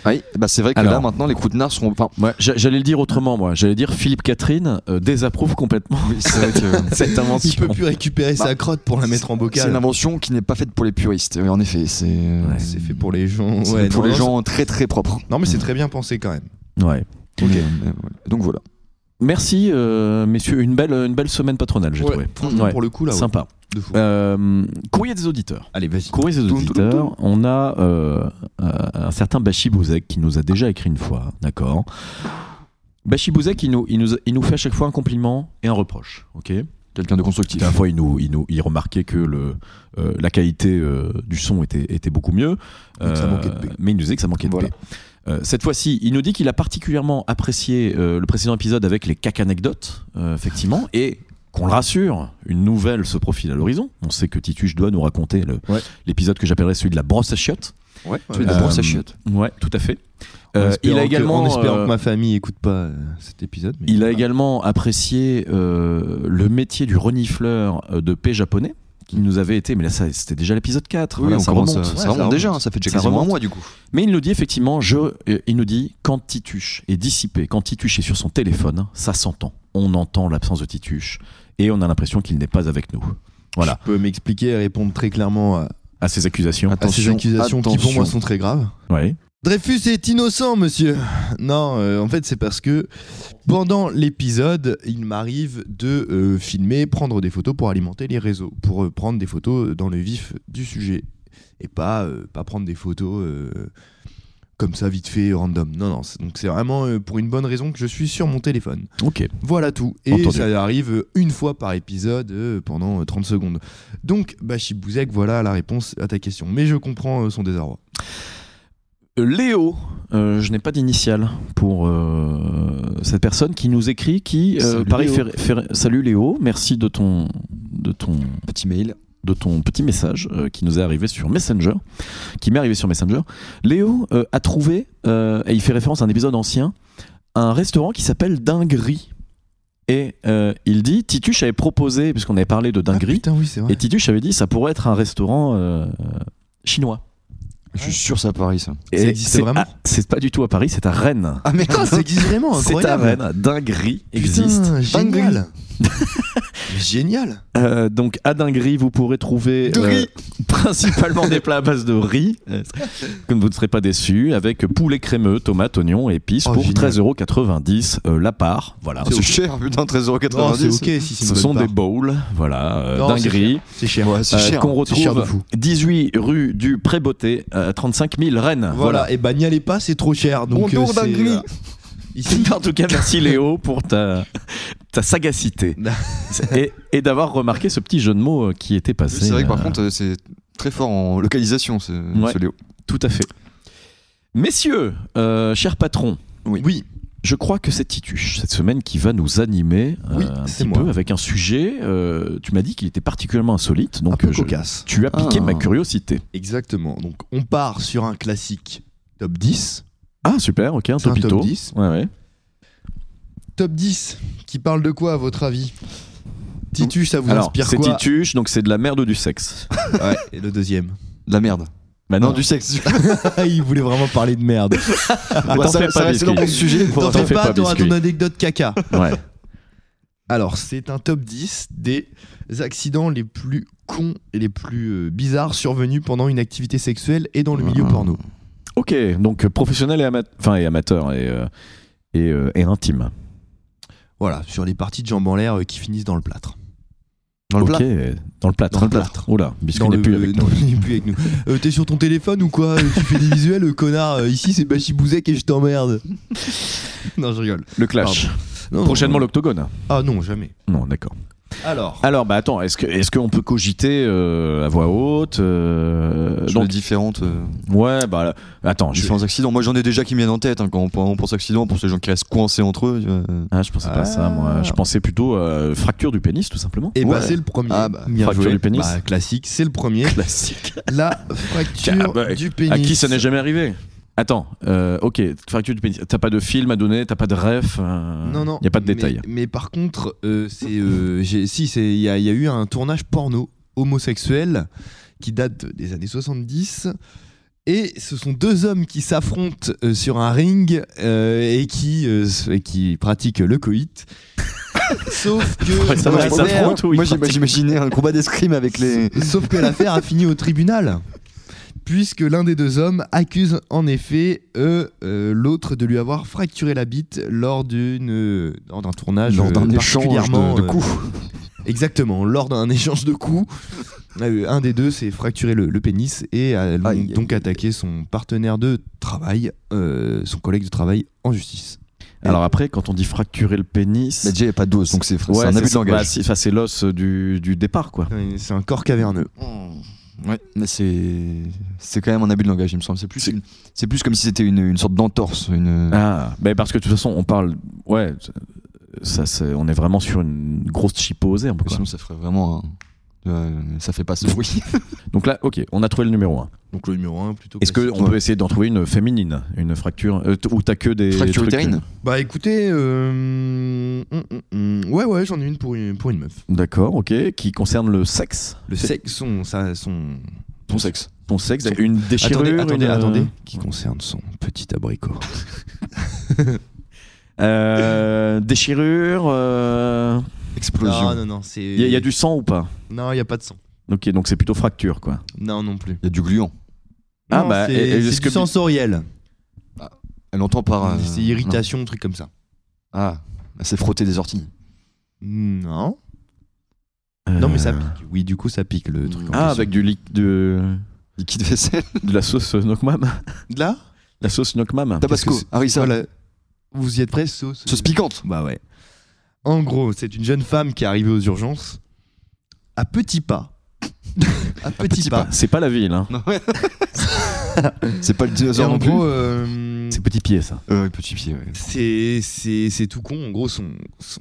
[SPEAKER 5] Ah oui, bah c'est vrai que
[SPEAKER 4] Alors.
[SPEAKER 5] là maintenant, les coups de nard seront. Enfin,
[SPEAKER 4] Ouais, j'a- j'allais le dire autrement, moi. J'allais dire Philippe Catherine euh, désapprouve complètement
[SPEAKER 5] oui, c'est vrai que.
[SPEAKER 4] cette
[SPEAKER 6] Il
[SPEAKER 4] invention.
[SPEAKER 6] peut plus récupérer
[SPEAKER 5] Bah,
[SPEAKER 6] sa crotte pour la mettre en
[SPEAKER 5] C'est une
[SPEAKER 6] bocal.
[SPEAKER 5] invention qui n'est pas faite pour les puristes. Oui, en effet, c'est
[SPEAKER 4] Ouais.
[SPEAKER 6] C'est fait pour les gens.
[SPEAKER 5] c'est
[SPEAKER 6] ouais,
[SPEAKER 5] pour
[SPEAKER 6] non,
[SPEAKER 5] les
[SPEAKER 6] non,
[SPEAKER 5] gens très très propres.
[SPEAKER 6] c'est- Non, mais c'est très bien pensé quand même.
[SPEAKER 4] Ouais.
[SPEAKER 5] Mais, euh, voilà. Donc voilà.
[SPEAKER 4] Merci, euh, messieurs. Une belle, une belle semaine patronale, j'ai
[SPEAKER 6] Ouais,
[SPEAKER 4] trouvé.
[SPEAKER 6] franchement,
[SPEAKER 4] Ouais.
[SPEAKER 6] Pour le coup, là, ouais,
[SPEAKER 4] Sympa.
[SPEAKER 6] de fou.
[SPEAKER 4] Euh, courrier des auditeurs.
[SPEAKER 6] Allez, vas-y.
[SPEAKER 4] Courrier des
[SPEAKER 5] Toum, toum,
[SPEAKER 4] auditeurs, on a euh, euh, un certain Bachi Bouzek qui nous a déjà écrit une fois, d'accord Bachi Bouzek, il nous, il, nous, il nous fait à chaque fois un compliment et un reproche, ok
[SPEAKER 5] Quelqu'un de constructif.
[SPEAKER 4] la dernière fois, il, nous, il, nous, il remarquait que le, euh, la qualité euh, du son était, était beaucoup mieux,
[SPEAKER 5] Et que ça
[SPEAKER 4] euh,
[SPEAKER 5] manquait de paix.
[SPEAKER 4] mais il nous disait que ça manquait de
[SPEAKER 5] Voilà.
[SPEAKER 4] paix. Euh, cette fois-ci, il nous dit qu'il a particulièrement apprécié euh, le précédent épisode avec les cac anecdotes, euh, effectivement, et qu'on le rassure, une nouvelle se profile à l'horizon. On sait que Tituche doit nous raconter le-
[SPEAKER 6] Ouais.
[SPEAKER 4] l'épisode que j'appellerais celui de la brosse à chiottes.
[SPEAKER 6] Ouais,
[SPEAKER 5] Tu es
[SPEAKER 4] Euh,
[SPEAKER 5] d'abord sa chiotte.
[SPEAKER 4] Ouais, tout à fait.
[SPEAKER 6] En
[SPEAKER 4] Euh, il
[SPEAKER 6] espérant
[SPEAKER 4] a
[SPEAKER 6] que-
[SPEAKER 4] également,
[SPEAKER 6] en espérant
[SPEAKER 4] euh,
[SPEAKER 6] que ma famille écoute pas euh, cet épisode. mais-
[SPEAKER 4] il a également apprécié euh, le métier du renifleur euh, de paix japonais qui nous avait été, mais là ça, c'était déjà l'épisode 4,
[SPEAKER 5] Oui,
[SPEAKER 4] voilà,
[SPEAKER 5] on
[SPEAKER 4] ça
[SPEAKER 5] commence,
[SPEAKER 4] remonte.
[SPEAKER 5] euh,
[SPEAKER 6] Ouais,
[SPEAKER 5] ça remonte
[SPEAKER 6] ça
[SPEAKER 5] déjà,
[SPEAKER 6] remonte.
[SPEAKER 5] hein, ça fait déjà
[SPEAKER 4] Ça
[SPEAKER 5] quasiment un
[SPEAKER 4] remonte.
[SPEAKER 5] mois du coup.
[SPEAKER 4] Mais il nous dit effectivement, je, euh, il nous dit quand Tituche est dissipé, quand Tituche est sur son téléphone, ça s'entend. On entend l'absence de Tituche et on a l'impression qu'il n'est pas avec nous. Voilà,
[SPEAKER 6] Tu peux m'expliquer et répondre très clairement à,
[SPEAKER 4] à ces accusations.
[SPEAKER 6] à ces
[SPEAKER 5] Attention,
[SPEAKER 6] accusations qui pour
[SPEAKER 5] attention.
[SPEAKER 6] moi sont très graves.
[SPEAKER 4] Ouais.
[SPEAKER 6] Dreyfus est innocent, monsieur. Non, euh, en fait, c'est parce que pendant l'épisode, il m'arrive de euh, filmer, prendre des photos pour alimenter les réseaux, pour euh, prendre des photos dans le vif du sujet et pas euh, pas prendre des photos euh, comme ça vite fait random. Non, non. c'est- Donc c'est vraiment euh, pour une bonne raison que je suis sur mon téléphone.
[SPEAKER 4] Ok.
[SPEAKER 6] Voilà tout. Et
[SPEAKER 4] Entendu.
[SPEAKER 6] ça arrive euh, une fois par épisode euh, pendant euh, 30 secondes. Donc, Bachib Bouzek, voilà la réponse à ta question. Mais je comprends euh, son désarroi.
[SPEAKER 4] Euh, Léo, euh, je n'ai pas d'initiale pour euh, cette personne qui nous écrit, qui euh,
[SPEAKER 5] Salut
[SPEAKER 4] pareil,
[SPEAKER 5] Léo.
[SPEAKER 4] fait- fait- salut Léo, merci de ton de ton
[SPEAKER 5] Petit mail.
[SPEAKER 4] de ton petit message euh, qui nous est arrivé sur Messenger, qui m'est arrivé sur Messenger. Léo euh, a trouvé, euh, et il fait référence à un épisode ancien, un restaurant qui s'appelle Dinguerie. Et euh, il dit, Tituche avait proposé, puisqu'on avait parlé de
[SPEAKER 6] Ah,
[SPEAKER 4] Dinguerie,
[SPEAKER 6] putain, oui, c'est vrai.
[SPEAKER 4] et Tituche avait dit, ça pourrait être un restaurant euh, chinois.
[SPEAKER 5] Je suis sûr, c'est à Paris, ça.
[SPEAKER 6] Ça existe
[SPEAKER 4] c'est
[SPEAKER 6] vraiment
[SPEAKER 4] à- C'est pas du tout à Paris, c'est à Rennes.
[SPEAKER 5] Ah, merde
[SPEAKER 6] Ah, ça existe vraiment,
[SPEAKER 4] C'est à
[SPEAKER 6] incroyable.
[SPEAKER 4] Rennes, dinguerie
[SPEAKER 6] Putain,
[SPEAKER 4] existe.
[SPEAKER 6] génial. génial.
[SPEAKER 4] Euh, donc à Dinguerie, vous pourrez trouver euh,
[SPEAKER 5] De riz.
[SPEAKER 4] principalement des plats à base de riz, euh, que vous ne serez pas déçus, avec poulet crémeux, tomates, oignons, épices
[SPEAKER 6] Oh,
[SPEAKER 4] pour
[SPEAKER 6] génial.
[SPEAKER 4] 13,90€ euh, la part. Voilà,
[SPEAKER 5] C'est cher, putain, 13,90€.
[SPEAKER 6] Non, c'est ok si c'est
[SPEAKER 4] ce
[SPEAKER 6] une
[SPEAKER 4] sont
[SPEAKER 6] bonne
[SPEAKER 4] des
[SPEAKER 6] part.
[SPEAKER 4] bowls, voilà, euh,
[SPEAKER 6] Non, c'est
[SPEAKER 4] Dinguerie.
[SPEAKER 6] C'est cher.
[SPEAKER 5] Ouais, c'est
[SPEAKER 4] euh,
[SPEAKER 5] cher. hein.
[SPEAKER 4] qu'on
[SPEAKER 5] C'est cher de fou.
[SPEAKER 4] retrouve 18 rue du Pré-Beauté, euh, 35 000 Rennes. Voilà.
[SPEAKER 6] Voilà, et bah n'y allez pas, c'est trop cher. Donc,
[SPEAKER 5] Bonjour,
[SPEAKER 6] euh, c'est,
[SPEAKER 5] dinguerie.
[SPEAKER 6] euh, Ici,
[SPEAKER 4] En tout cas, merci Léo pour ta, ta sagacité et, et d'avoir remarqué ce petit jeu de mots euh, qui était passé.
[SPEAKER 5] C'est vrai que par
[SPEAKER 4] euh,
[SPEAKER 5] contre, euh, c'est très fort en localisation, ce,
[SPEAKER 4] Ouais.
[SPEAKER 5] ce Léo.
[SPEAKER 4] Tout à fait. Messieurs, euh, chers patrons,
[SPEAKER 6] oui. oui.
[SPEAKER 4] je crois que c'est Tituche cette semaine qui va nous animer euh,
[SPEAKER 6] Oui,
[SPEAKER 4] un
[SPEAKER 6] c'est
[SPEAKER 4] petit
[SPEAKER 6] moi.
[SPEAKER 4] peu avec un sujet. euh, tu m'as dit qu'il était particulièrement insolite,
[SPEAKER 6] Un
[SPEAKER 4] donc
[SPEAKER 6] peu
[SPEAKER 4] euh, je-
[SPEAKER 6] cocasse.
[SPEAKER 4] tu as piqué
[SPEAKER 5] Ah.
[SPEAKER 4] ma curiosité.
[SPEAKER 6] Exactement. Donc, on part sur un classique top 10.
[SPEAKER 4] Ah super, ok, un
[SPEAKER 6] C'est un
[SPEAKER 4] topito.
[SPEAKER 6] top 10.
[SPEAKER 4] Ouais, ouais.
[SPEAKER 6] Top 10 qui parle de quoi à votre avis Titus, ça vous
[SPEAKER 4] Alors,
[SPEAKER 6] inspire
[SPEAKER 4] c'est
[SPEAKER 6] quoi
[SPEAKER 4] Tituche, donc c'est de la merde ou du sexe.
[SPEAKER 6] Ouais, et le deuxième. Ah,
[SPEAKER 5] De la merde.
[SPEAKER 4] Bah
[SPEAKER 5] non, du sexe.
[SPEAKER 6] Il voulait vraiment parler de merde.
[SPEAKER 4] Attends,
[SPEAKER 5] ça-
[SPEAKER 4] fais
[SPEAKER 5] ça
[SPEAKER 4] pas
[SPEAKER 5] reste dans mon
[SPEAKER 4] biscuit.
[SPEAKER 5] sujet.
[SPEAKER 4] Faut-
[SPEAKER 6] T'en
[SPEAKER 4] t'en
[SPEAKER 6] fais
[SPEAKER 4] fais
[SPEAKER 6] pas,
[SPEAKER 4] pas,
[SPEAKER 6] t'auras ton
[SPEAKER 4] biscuit.
[SPEAKER 6] anecdote caca.
[SPEAKER 4] Ouais.
[SPEAKER 6] Alors, c'est un top 10 des accidents les plus cons et les plus euh, bizarres survenus pendant une activité sexuelle et dans le milieu
[SPEAKER 5] Ah.
[SPEAKER 6] porno.
[SPEAKER 4] Ok, donc euh, professionnel et, ama- enfin, et amateur et, euh, et, euh, et intime.
[SPEAKER 6] Voilà, sur les parties de jambes en l'air euh, qui finissent dans le plâtre.
[SPEAKER 5] Dans le
[SPEAKER 4] ok,
[SPEAKER 5] plat.
[SPEAKER 4] dans le plâtre.
[SPEAKER 6] Dans le plâtre.
[SPEAKER 4] Oula, biscuit
[SPEAKER 6] Dans
[SPEAKER 4] n'est
[SPEAKER 6] le-
[SPEAKER 4] plus avec
[SPEAKER 6] euh,
[SPEAKER 4] nous.
[SPEAKER 6] non, il est plus avec nous. Euh, T'es sur ton téléphone ou quoi Euh, Tu fais des visuels, euh, connard. Euh, ici, c'est Bachi Bouzek et je t'emmerde. non, je rigole.
[SPEAKER 4] Le clash.
[SPEAKER 6] Non,
[SPEAKER 4] Prochainement
[SPEAKER 6] non.
[SPEAKER 4] l'octogone.
[SPEAKER 6] Ah non, jamais.
[SPEAKER 4] Non, d'accord.
[SPEAKER 6] Alors.
[SPEAKER 4] Alors, bah attends, est-ce que est-ce qu'on peut cogiter euh, à voix haute euh,
[SPEAKER 5] Sur les
[SPEAKER 4] donc-
[SPEAKER 5] différentes, euh,
[SPEAKER 4] ouais, bah là- attends, je,
[SPEAKER 5] différents accidents. Moi, j'en ai déjà qui me viennent en tête. hein, quand on, on pense accident, on pense les gens qui restent coincés entre eux. tu vois. euh,
[SPEAKER 4] ah, je pensais pas à ça, moi. Je pensais plutôt euh, fracture du pénis, tout simplement.
[SPEAKER 6] Et bah,
[SPEAKER 5] Ouais.
[SPEAKER 6] c'est le premier.
[SPEAKER 5] Ah bah,
[SPEAKER 6] Bien
[SPEAKER 4] fracture
[SPEAKER 6] joué.
[SPEAKER 4] du pénis.
[SPEAKER 6] Bah, classique, c'est le premier.
[SPEAKER 4] Classique.
[SPEAKER 6] La
[SPEAKER 4] Ah
[SPEAKER 6] fracture
[SPEAKER 4] bah,
[SPEAKER 6] du pénis.
[SPEAKER 4] À qui ça n'est jamais arrivé Attends, euh, ok, fracture du pénis. T'as pas de film à donner, t'as pas de ref. euh,
[SPEAKER 6] Non, non.
[SPEAKER 4] Y a pas de
[SPEAKER 6] mais-
[SPEAKER 4] détails.
[SPEAKER 6] Mais, par contre, euh, c'est. euh, j'ai- si, c'est- il y, a il y a eu un tournage porno homosexuel qui date des années 70. Et ce sont deux hommes qui s'affrontent euh, sur un ring euh, et qui, euh, s- et qui pratiquent le coït. Sauf que.
[SPEAKER 4] Ouais, ça
[SPEAKER 5] Moi,
[SPEAKER 4] va,
[SPEAKER 5] je-
[SPEAKER 4] ça
[SPEAKER 5] moi,
[SPEAKER 4] prend tout, il
[SPEAKER 5] moi, j'ai-
[SPEAKER 4] pratique.
[SPEAKER 5] j'imaginais un combat d'escrime avec les.
[SPEAKER 6] Sauf que l'affaire a fini au tribunal. Puisque l'un des deux hommes accuse en effet euh, euh, l'autre de lui avoir fracturé la bite lors d'une euh, lors d'un tournage
[SPEAKER 5] Lors d'un
[SPEAKER 6] euh,
[SPEAKER 5] échange
[SPEAKER 6] particulièrement,
[SPEAKER 5] de- de
[SPEAKER 6] euh, exactement, lors d'un échange de coups. Euh, un des deux s'est fracturé le, le pénis et a
[SPEAKER 5] Aïe,
[SPEAKER 6] donc attaqué son partenaire de travail, euh, son collègue de travail en justice.
[SPEAKER 4] Alors après, quand on dit fracturer le pénis,
[SPEAKER 5] Mais déjà, il n'y a pas d'os, donc c'est c'est
[SPEAKER 4] Ouais,
[SPEAKER 5] un abus de
[SPEAKER 4] ça, bah,
[SPEAKER 5] langage.
[SPEAKER 4] si, enfin, c'est l'os euh, du, du départ, quoi.
[SPEAKER 6] Euh, C'est un corps caverneux.
[SPEAKER 5] Hmm. Ouais, mais c'est c'est quand même un abus de langage, il me semble. C'est plus une- c'est plus comme si c'était une, une sorte d'entorse, une
[SPEAKER 4] Ah, ben parce que de toute façon, on parle. Ouais, ça, c'est- on est vraiment sur une grosse chipo aux herbes, quoi.
[SPEAKER 5] sinon ça ferait vraiment un- euh, ça fait pas ce bruit.
[SPEAKER 4] Donc là, ok, on a trouvé le numéro 1.
[SPEAKER 6] Donc le numéro 1 plutôt.
[SPEAKER 4] Est-ce qu'on
[SPEAKER 5] Ouais.
[SPEAKER 4] peut essayer d'en trouver une féminine Une fracture euh, t- Ou t'as que des.
[SPEAKER 5] Fracture
[SPEAKER 4] trucs-
[SPEAKER 5] utérine.
[SPEAKER 6] Bah écoutez, euh, hum, hum, hum. ouais ouais, j'en ai une pour une pour une meuf.
[SPEAKER 4] D'accord, ok. Qui concerne le sexe
[SPEAKER 6] Le sexe, son, ça, son.
[SPEAKER 5] Ton sexe.
[SPEAKER 4] Ton sexe donc Une déchirure
[SPEAKER 6] attendez, attendez,
[SPEAKER 4] une, euh,
[SPEAKER 6] attendez. Qui concerne son petit abricot.
[SPEAKER 4] euh, déchirure. euh,
[SPEAKER 5] Explosion.
[SPEAKER 6] Non, non, non, c'est.
[SPEAKER 4] Il y, a- il y a du sang ou pas
[SPEAKER 6] Non, il y a pas de sang.
[SPEAKER 4] Ok, donc c'est plutôt fracture, quoi.
[SPEAKER 6] Non, non plus.
[SPEAKER 5] Il y a du gluant.
[SPEAKER 4] Ah,
[SPEAKER 6] Non,
[SPEAKER 4] bah,
[SPEAKER 6] c'est,
[SPEAKER 4] et- et
[SPEAKER 6] c'est
[SPEAKER 4] est-ce
[SPEAKER 6] du
[SPEAKER 4] que-
[SPEAKER 6] sensoriel.
[SPEAKER 5] Elle entend par euh,
[SPEAKER 6] c'est
[SPEAKER 5] non.
[SPEAKER 6] irritation, truc comme ça.
[SPEAKER 5] Ah, elle s'est frottée des orties.
[SPEAKER 6] Non. Non, mais ça
[SPEAKER 4] Euh,
[SPEAKER 6] pique. Oui, du coup, ça pique le truc. en
[SPEAKER 4] Ah,
[SPEAKER 6] question.
[SPEAKER 4] avec du liquide. De...
[SPEAKER 5] Liquide vaisselle.
[SPEAKER 4] de la sauce euh, Nokmam
[SPEAKER 6] De là
[SPEAKER 4] La sauce Nokmam
[SPEAKER 5] Tabasco,
[SPEAKER 6] qu'est-ce que
[SPEAKER 5] harissa,
[SPEAKER 6] Voilà. Vous y êtes prêts, sauce
[SPEAKER 5] sauce piquante.
[SPEAKER 6] Bah ouais. En gros, c'est une jeune femme qui est arrivée aux urgences à petits pas. à petits
[SPEAKER 5] petits pas.
[SPEAKER 6] pas.
[SPEAKER 4] C'est pas la ville, hein.
[SPEAKER 5] Non, ouais. c'est pas le
[SPEAKER 6] Et
[SPEAKER 5] dinosaure
[SPEAKER 6] en
[SPEAKER 5] non plus.
[SPEAKER 6] gros, euh,
[SPEAKER 4] C'est petit pied, ça.
[SPEAKER 5] Euh, petit pied. ouais.
[SPEAKER 6] c'est c'est- c'est tout con. En gros, son, son-